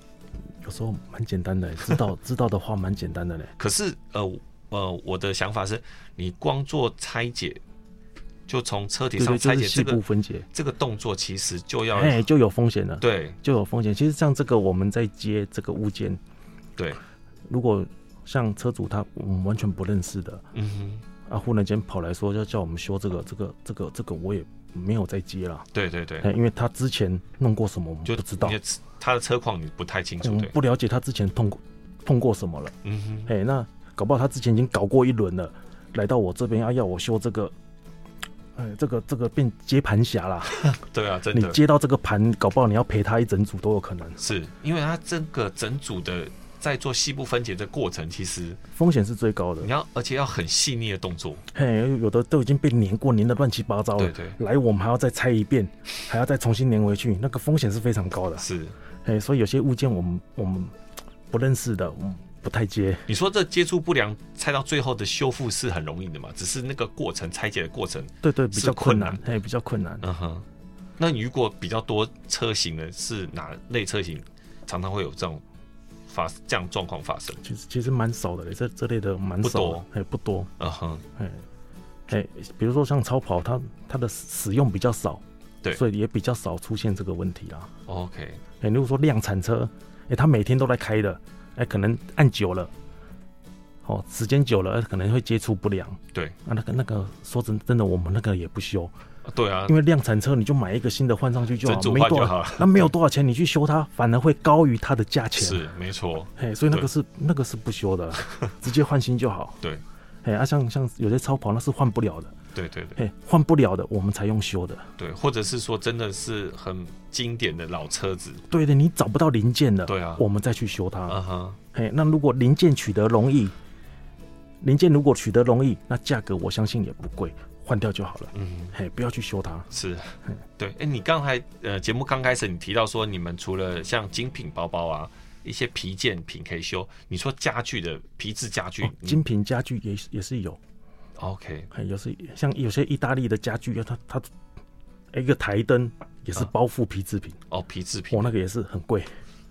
[SPEAKER 2] 有时候蛮简单的，知 道知道的话蛮简单的嘞。
[SPEAKER 1] 可是呃呃，我的想法是，你光做拆解，就从车体
[SPEAKER 2] 对
[SPEAKER 1] 上
[SPEAKER 2] 对，就
[SPEAKER 1] 拆
[SPEAKER 2] 是
[SPEAKER 1] 解
[SPEAKER 2] 细
[SPEAKER 1] 这
[SPEAKER 2] 部
[SPEAKER 1] 个
[SPEAKER 2] 分解，
[SPEAKER 1] 这个动作，其实就要
[SPEAKER 2] 哎，就有风险了，
[SPEAKER 1] 对
[SPEAKER 2] 就有风险。其实像这个，我们在接这个物件，
[SPEAKER 1] 对，
[SPEAKER 2] 如果像车主他我们完全不认识的
[SPEAKER 1] 嗯哼，
[SPEAKER 2] 啊，忽然间跑来说要叫我们修这个这个这个这个，我也没有再接了，
[SPEAKER 1] 对对对，
[SPEAKER 2] 哎，因为他之前弄过什么我们
[SPEAKER 1] 就
[SPEAKER 2] 不知道哎
[SPEAKER 1] 你，的他的车况你不太清
[SPEAKER 2] 我
[SPEAKER 1] 楚，
[SPEAKER 2] 们
[SPEAKER 1] 对，
[SPEAKER 2] 不了解他之前碰过碰过什么了。
[SPEAKER 1] 嗯哼，
[SPEAKER 2] 哎、那搞不好他之前已经搞过一轮了，来到我这边啊，要我修这个，哎、这个这个变接盘侠啦。
[SPEAKER 1] 对啊，真
[SPEAKER 2] 你
[SPEAKER 1] 的
[SPEAKER 2] 接到这个盘，搞不好你要赔他一整组都有可能，
[SPEAKER 1] 是因为它这个整组的在做细部分解的过程，其实
[SPEAKER 2] 风险是最高的
[SPEAKER 1] 你。要而且要很细腻的动作，
[SPEAKER 2] 嘿、有的都已经被粘过，粘的乱七八糟了。
[SPEAKER 1] 对对
[SPEAKER 2] 来我们还要再拆一遍，还要再重新粘回去，那个风险是非常高的。
[SPEAKER 1] 是
[SPEAKER 2] 哎、所以有些物件我们我们不认识的，我们不太接。
[SPEAKER 1] 你说这接触不良拆到最后的修复是很容易的嘛？只是那个过程拆解的过程，
[SPEAKER 2] 对对，比
[SPEAKER 1] 是
[SPEAKER 2] 较
[SPEAKER 1] 困
[SPEAKER 2] 困难，哎、比较困难。
[SPEAKER 1] 嗯哼。那你如果比较多车型的是哪类车型，常常会有这种发这样状况发生？
[SPEAKER 2] 其实其实蛮少的，这这类的蛮
[SPEAKER 1] 不
[SPEAKER 2] 少的
[SPEAKER 1] 多，
[SPEAKER 2] 哎、不多。
[SPEAKER 1] 嗯哼，
[SPEAKER 2] 哎，哎，比如说像超跑，它它的使用比较少，
[SPEAKER 1] 对
[SPEAKER 2] 所以也比较少出现这个问题啦。
[SPEAKER 1] OK，
[SPEAKER 2] 哎，如果说量产车，哎，它每天都在开的，哎，可能按久了，哦，时间久了，哎可能会接触不良。
[SPEAKER 1] 对
[SPEAKER 2] 啊，那个那个，说真真的，我们那个也不修，
[SPEAKER 1] 啊对啊
[SPEAKER 2] 因，为量产车你就买一个新的换上去就好，
[SPEAKER 1] 整组
[SPEAKER 2] 没
[SPEAKER 1] 换就
[SPEAKER 2] 多
[SPEAKER 1] 好
[SPEAKER 2] 少
[SPEAKER 1] 了，
[SPEAKER 2] 那没有多少钱，你去修它反而会高于它的价钱。啊
[SPEAKER 1] 是没错，
[SPEAKER 2] 嘿，所以那
[SPEAKER 1] 对
[SPEAKER 2] 个是那个是不 修的，直接换新就好。
[SPEAKER 1] 对
[SPEAKER 2] 嘿，啊，像像有些超跑那是换不了的，
[SPEAKER 1] 对对对
[SPEAKER 2] 嘿，换不了的我们才用修的。
[SPEAKER 1] 对，或者是说真的是很经典的老车子，
[SPEAKER 2] 对的，你找不到零件了，
[SPEAKER 1] 对啊
[SPEAKER 2] 我们再去修它。
[SPEAKER 1] 嗯哼，
[SPEAKER 2] 嘿，那如果零件取得容易，零件如果取得容易，那价格我相信也不贵，换掉就好了。
[SPEAKER 1] 嗯。
[SPEAKER 2] 嘿，不要去修它。哦
[SPEAKER 1] 是，对，哎、你刚才呃，节目刚开始你提到说，你们除了像精品包包啊，一些皮件品可以修，你说家具的皮质家具，
[SPEAKER 2] 哦
[SPEAKER 1] 你
[SPEAKER 2] 精品家具也是也是有，
[SPEAKER 1] OK，
[SPEAKER 2] 嘿，有时像有些意大利的家具，它它一个台灯也
[SPEAKER 1] 啊
[SPEAKER 2] 是包覆皮制品，
[SPEAKER 1] 哦，皮制
[SPEAKER 2] 我、
[SPEAKER 1] 品，
[SPEAKER 2] 哦、那个也是很贵。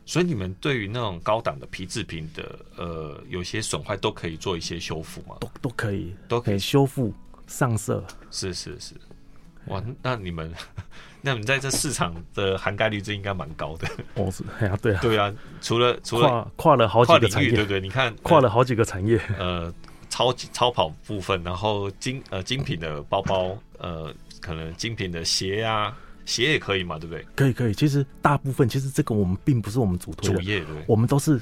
[SPEAKER 1] 所以你们对于那种高档的皮制品的呃，有些损坏都可以做一些修复嘛？
[SPEAKER 2] 都都可以，
[SPEAKER 1] 都可以
[SPEAKER 2] 修复、上色。
[SPEAKER 1] 是是是，哇，那你们， 那你们在这市场的涵盖率就应该蛮高的，
[SPEAKER 2] 哦，是，哎呀，对啊，
[SPEAKER 1] 对啊，除了除了
[SPEAKER 2] 跨跨了好
[SPEAKER 1] 跨
[SPEAKER 2] 几个
[SPEAKER 1] 领
[SPEAKER 2] 产
[SPEAKER 1] 域，对
[SPEAKER 2] 业
[SPEAKER 1] 不，对？你看呃
[SPEAKER 2] 跨了好几个产业。
[SPEAKER 1] 呃超级超跑部分，然后精呃精品的包包，呃可能精品的鞋啊，鞋也可以嘛，对不对？
[SPEAKER 2] 可以啊可以，其实大部分其实这个我们并不是我们主推
[SPEAKER 1] 主
[SPEAKER 2] 的，
[SPEAKER 1] 业对不对？
[SPEAKER 2] 我们都是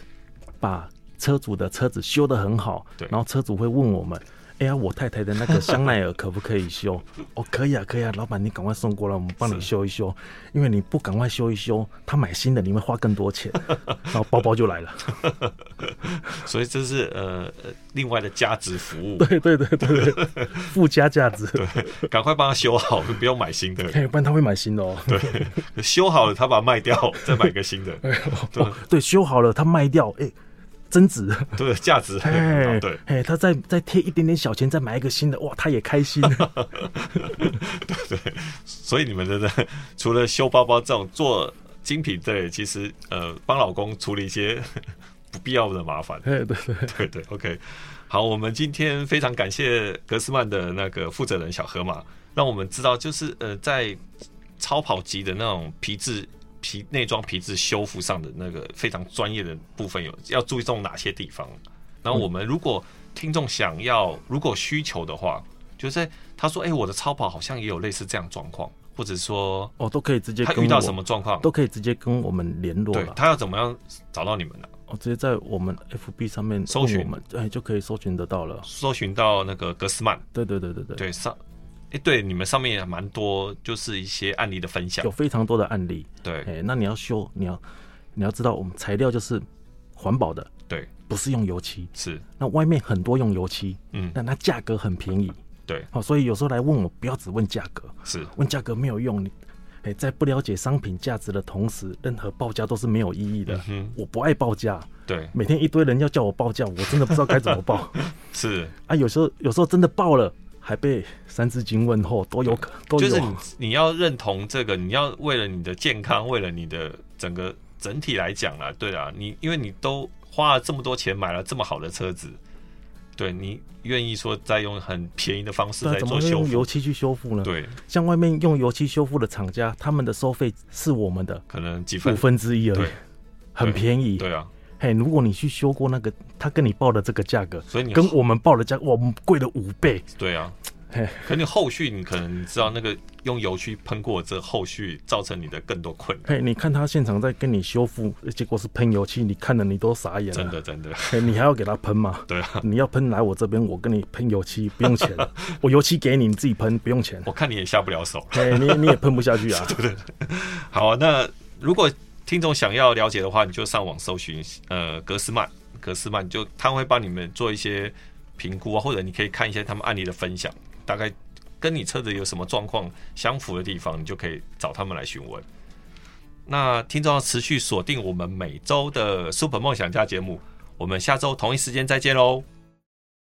[SPEAKER 2] 把车主的车子修得很好，
[SPEAKER 1] 对
[SPEAKER 2] 然后车主会问我们。哎呀，我太太的那个香奈儿可不可以修？ 哦，可以啊，可以啊，老板你赶快送过来，我们帮你
[SPEAKER 1] 是
[SPEAKER 2] 修 一修。因为你不赶快修一修，他买新的你会花更 多钱，然后包包就来了。
[SPEAKER 1] 所以这是呃呃另外的价值服务，
[SPEAKER 2] 对对对对 对，附加价值。
[SPEAKER 1] 赶快帮他修好，不用买新的，
[SPEAKER 2] 哎，不然他会买新 的哦。对，
[SPEAKER 1] 修好了他把它卖掉，再买个新的，
[SPEAKER 2] 哦、 对，修好了他卖掉，哎、增值，
[SPEAKER 1] 对，价值很
[SPEAKER 2] 哎，
[SPEAKER 1] 高，对。
[SPEAKER 2] 哎，他再再贴一点点小钱，再买一个新的，哇，他也开心。
[SPEAKER 1] 所以你们真的除了修包包这种做精品类，其实呃帮老公处理一些 不必要的麻烦。
[SPEAKER 2] 哎，对对，
[SPEAKER 1] 对对，OK。好，我们今天非常感谢格斯曼的那个负责人小河马，让我们知道就是呃，在超跑级的那种皮质皮内装皮质修复
[SPEAKER 2] 嗯
[SPEAKER 1] 上的那个非常专业的部分有要注重哪些地方。然后我们如果听众想要如果需求的话，就是他说，哎、我的超跑好像也有类似这样状况，或者说
[SPEAKER 2] 哦，都可以直接
[SPEAKER 1] 他
[SPEAKER 2] 跟
[SPEAKER 1] 遇到
[SPEAKER 2] 我
[SPEAKER 1] 什么状况，
[SPEAKER 2] 都可以直接跟我们联络
[SPEAKER 1] 对
[SPEAKER 2] 了。
[SPEAKER 1] 他要怎么样找到你们呢、
[SPEAKER 2] 哦，直接在我们 FB 上面
[SPEAKER 1] 搜
[SPEAKER 2] 问
[SPEAKER 1] 寻
[SPEAKER 2] 我们，哎，就可以搜寻得到了。
[SPEAKER 1] 搜寻到那个格斯曼，
[SPEAKER 2] 对对对对对，
[SPEAKER 1] 对上，哎、对，你们上面也蛮多，就是一些案例的分享
[SPEAKER 2] 有，非常多的案例。
[SPEAKER 1] 对
[SPEAKER 2] 哎，那你要修，你要你要知道，我们材料就是环保的，
[SPEAKER 1] 对
[SPEAKER 2] 不是用油漆。
[SPEAKER 1] 是，
[SPEAKER 2] 那外面很多用油漆，
[SPEAKER 1] 嗯
[SPEAKER 2] 但它价格很便宜。
[SPEAKER 1] 对
[SPEAKER 2] 好、所以有时候来问我，不要只问价格，
[SPEAKER 1] 是
[SPEAKER 2] 问价格没有用。你哎，在不了解商品价值的同时，任何报价都是没有意义的。
[SPEAKER 1] 嗯
[SPEAKER 2] 我不爱报价，
[SPEAKER 1] 对
[SPEAKER 2] 每天一堆人要叫我报价，我真的不知道该怎么报
[SPEAKER 1] 是，
[SPEAKER 2] 啊。有时候有时候真的报了，还被三字经问候，都有可都
[SPEAKER 1] 嗯就
[SPEAKER 2] 有。啊
[SPEAKER 1] 是你你要认同这个，你要为了你的健康，为了你的整个整体来讲啦，对啊，你因为你都花了这么多钱买了这么好的车子，对你愿意说再用很便宜的方式
[SPEAKER 2] 对啊
[SPEAKER 1] 来
[SPEAKER 2] 怎
[SPEAKER 1] 做
[SPEAKER 2] 么会
[SPEAKER 1] 修
[SPEAKER 2] 用
[SPEAKER 1] 复
[SPEAKER 2] 油，漆去修复呢？
[SPEAKER 1] 对，
[SPEAKER 2] 像外面用油漆修复的厂家，他们的收费是我们的
[SPEAKER 1] 可能几
[SPEAKER 2] 五
[SPEAKER 1] 分，
[SPEAKER 2] 分之一而已
[SPEAKER 1] 对，
[SPEAKER 2] 很便宜。
[SPEAKER 1] 对啊，
[SPEAKER 2] 嘿，如果你去修过那个，他跟你报的这个价格，
[SPEAKER 1] 所以你
[SPEAKER 2] 跟我们报的价，哇，我们贵了五倍。
[SPEAKER 1] 对啊
[SPEAKER 2] 嘿。
[SPEAKER 1] 可你后续你可能知道那个用油漆喷过之后，后续造成你的更多困扰，
[SPEAKER 2] 嘿，你看他现场在跟你修复，结果是喷油漆，你看了你都傻眼了。
[SPEAKER 1] 真的真的，
[SPEAKER 2] 嘿，你还要给他 喷吗？
[SPEAKER 1] 对啊。
[SPEAKER 2] 你要喷来我这边，我跟你喷油漆，不 用钱，我油漆给你，你自己喷，不用钱。
[SPEAKER 1] 我看你也下不了手。
[SPEAKER 2] 嘿，你你也喷不下 去啊。
[SPEAKER 1] 好，那如果听众想要了解的话，你就上网搜寻呃格斯曼，格斯曼就他会帮你们做一些评估啊，或者你可以看一些他们案例的分享，大概跟你车子有什么状况相符的地方，你就可以找他们来询问。那听众要持续锁定我们每周的 Super 梦想家节目，我们下周同一时间再见喽，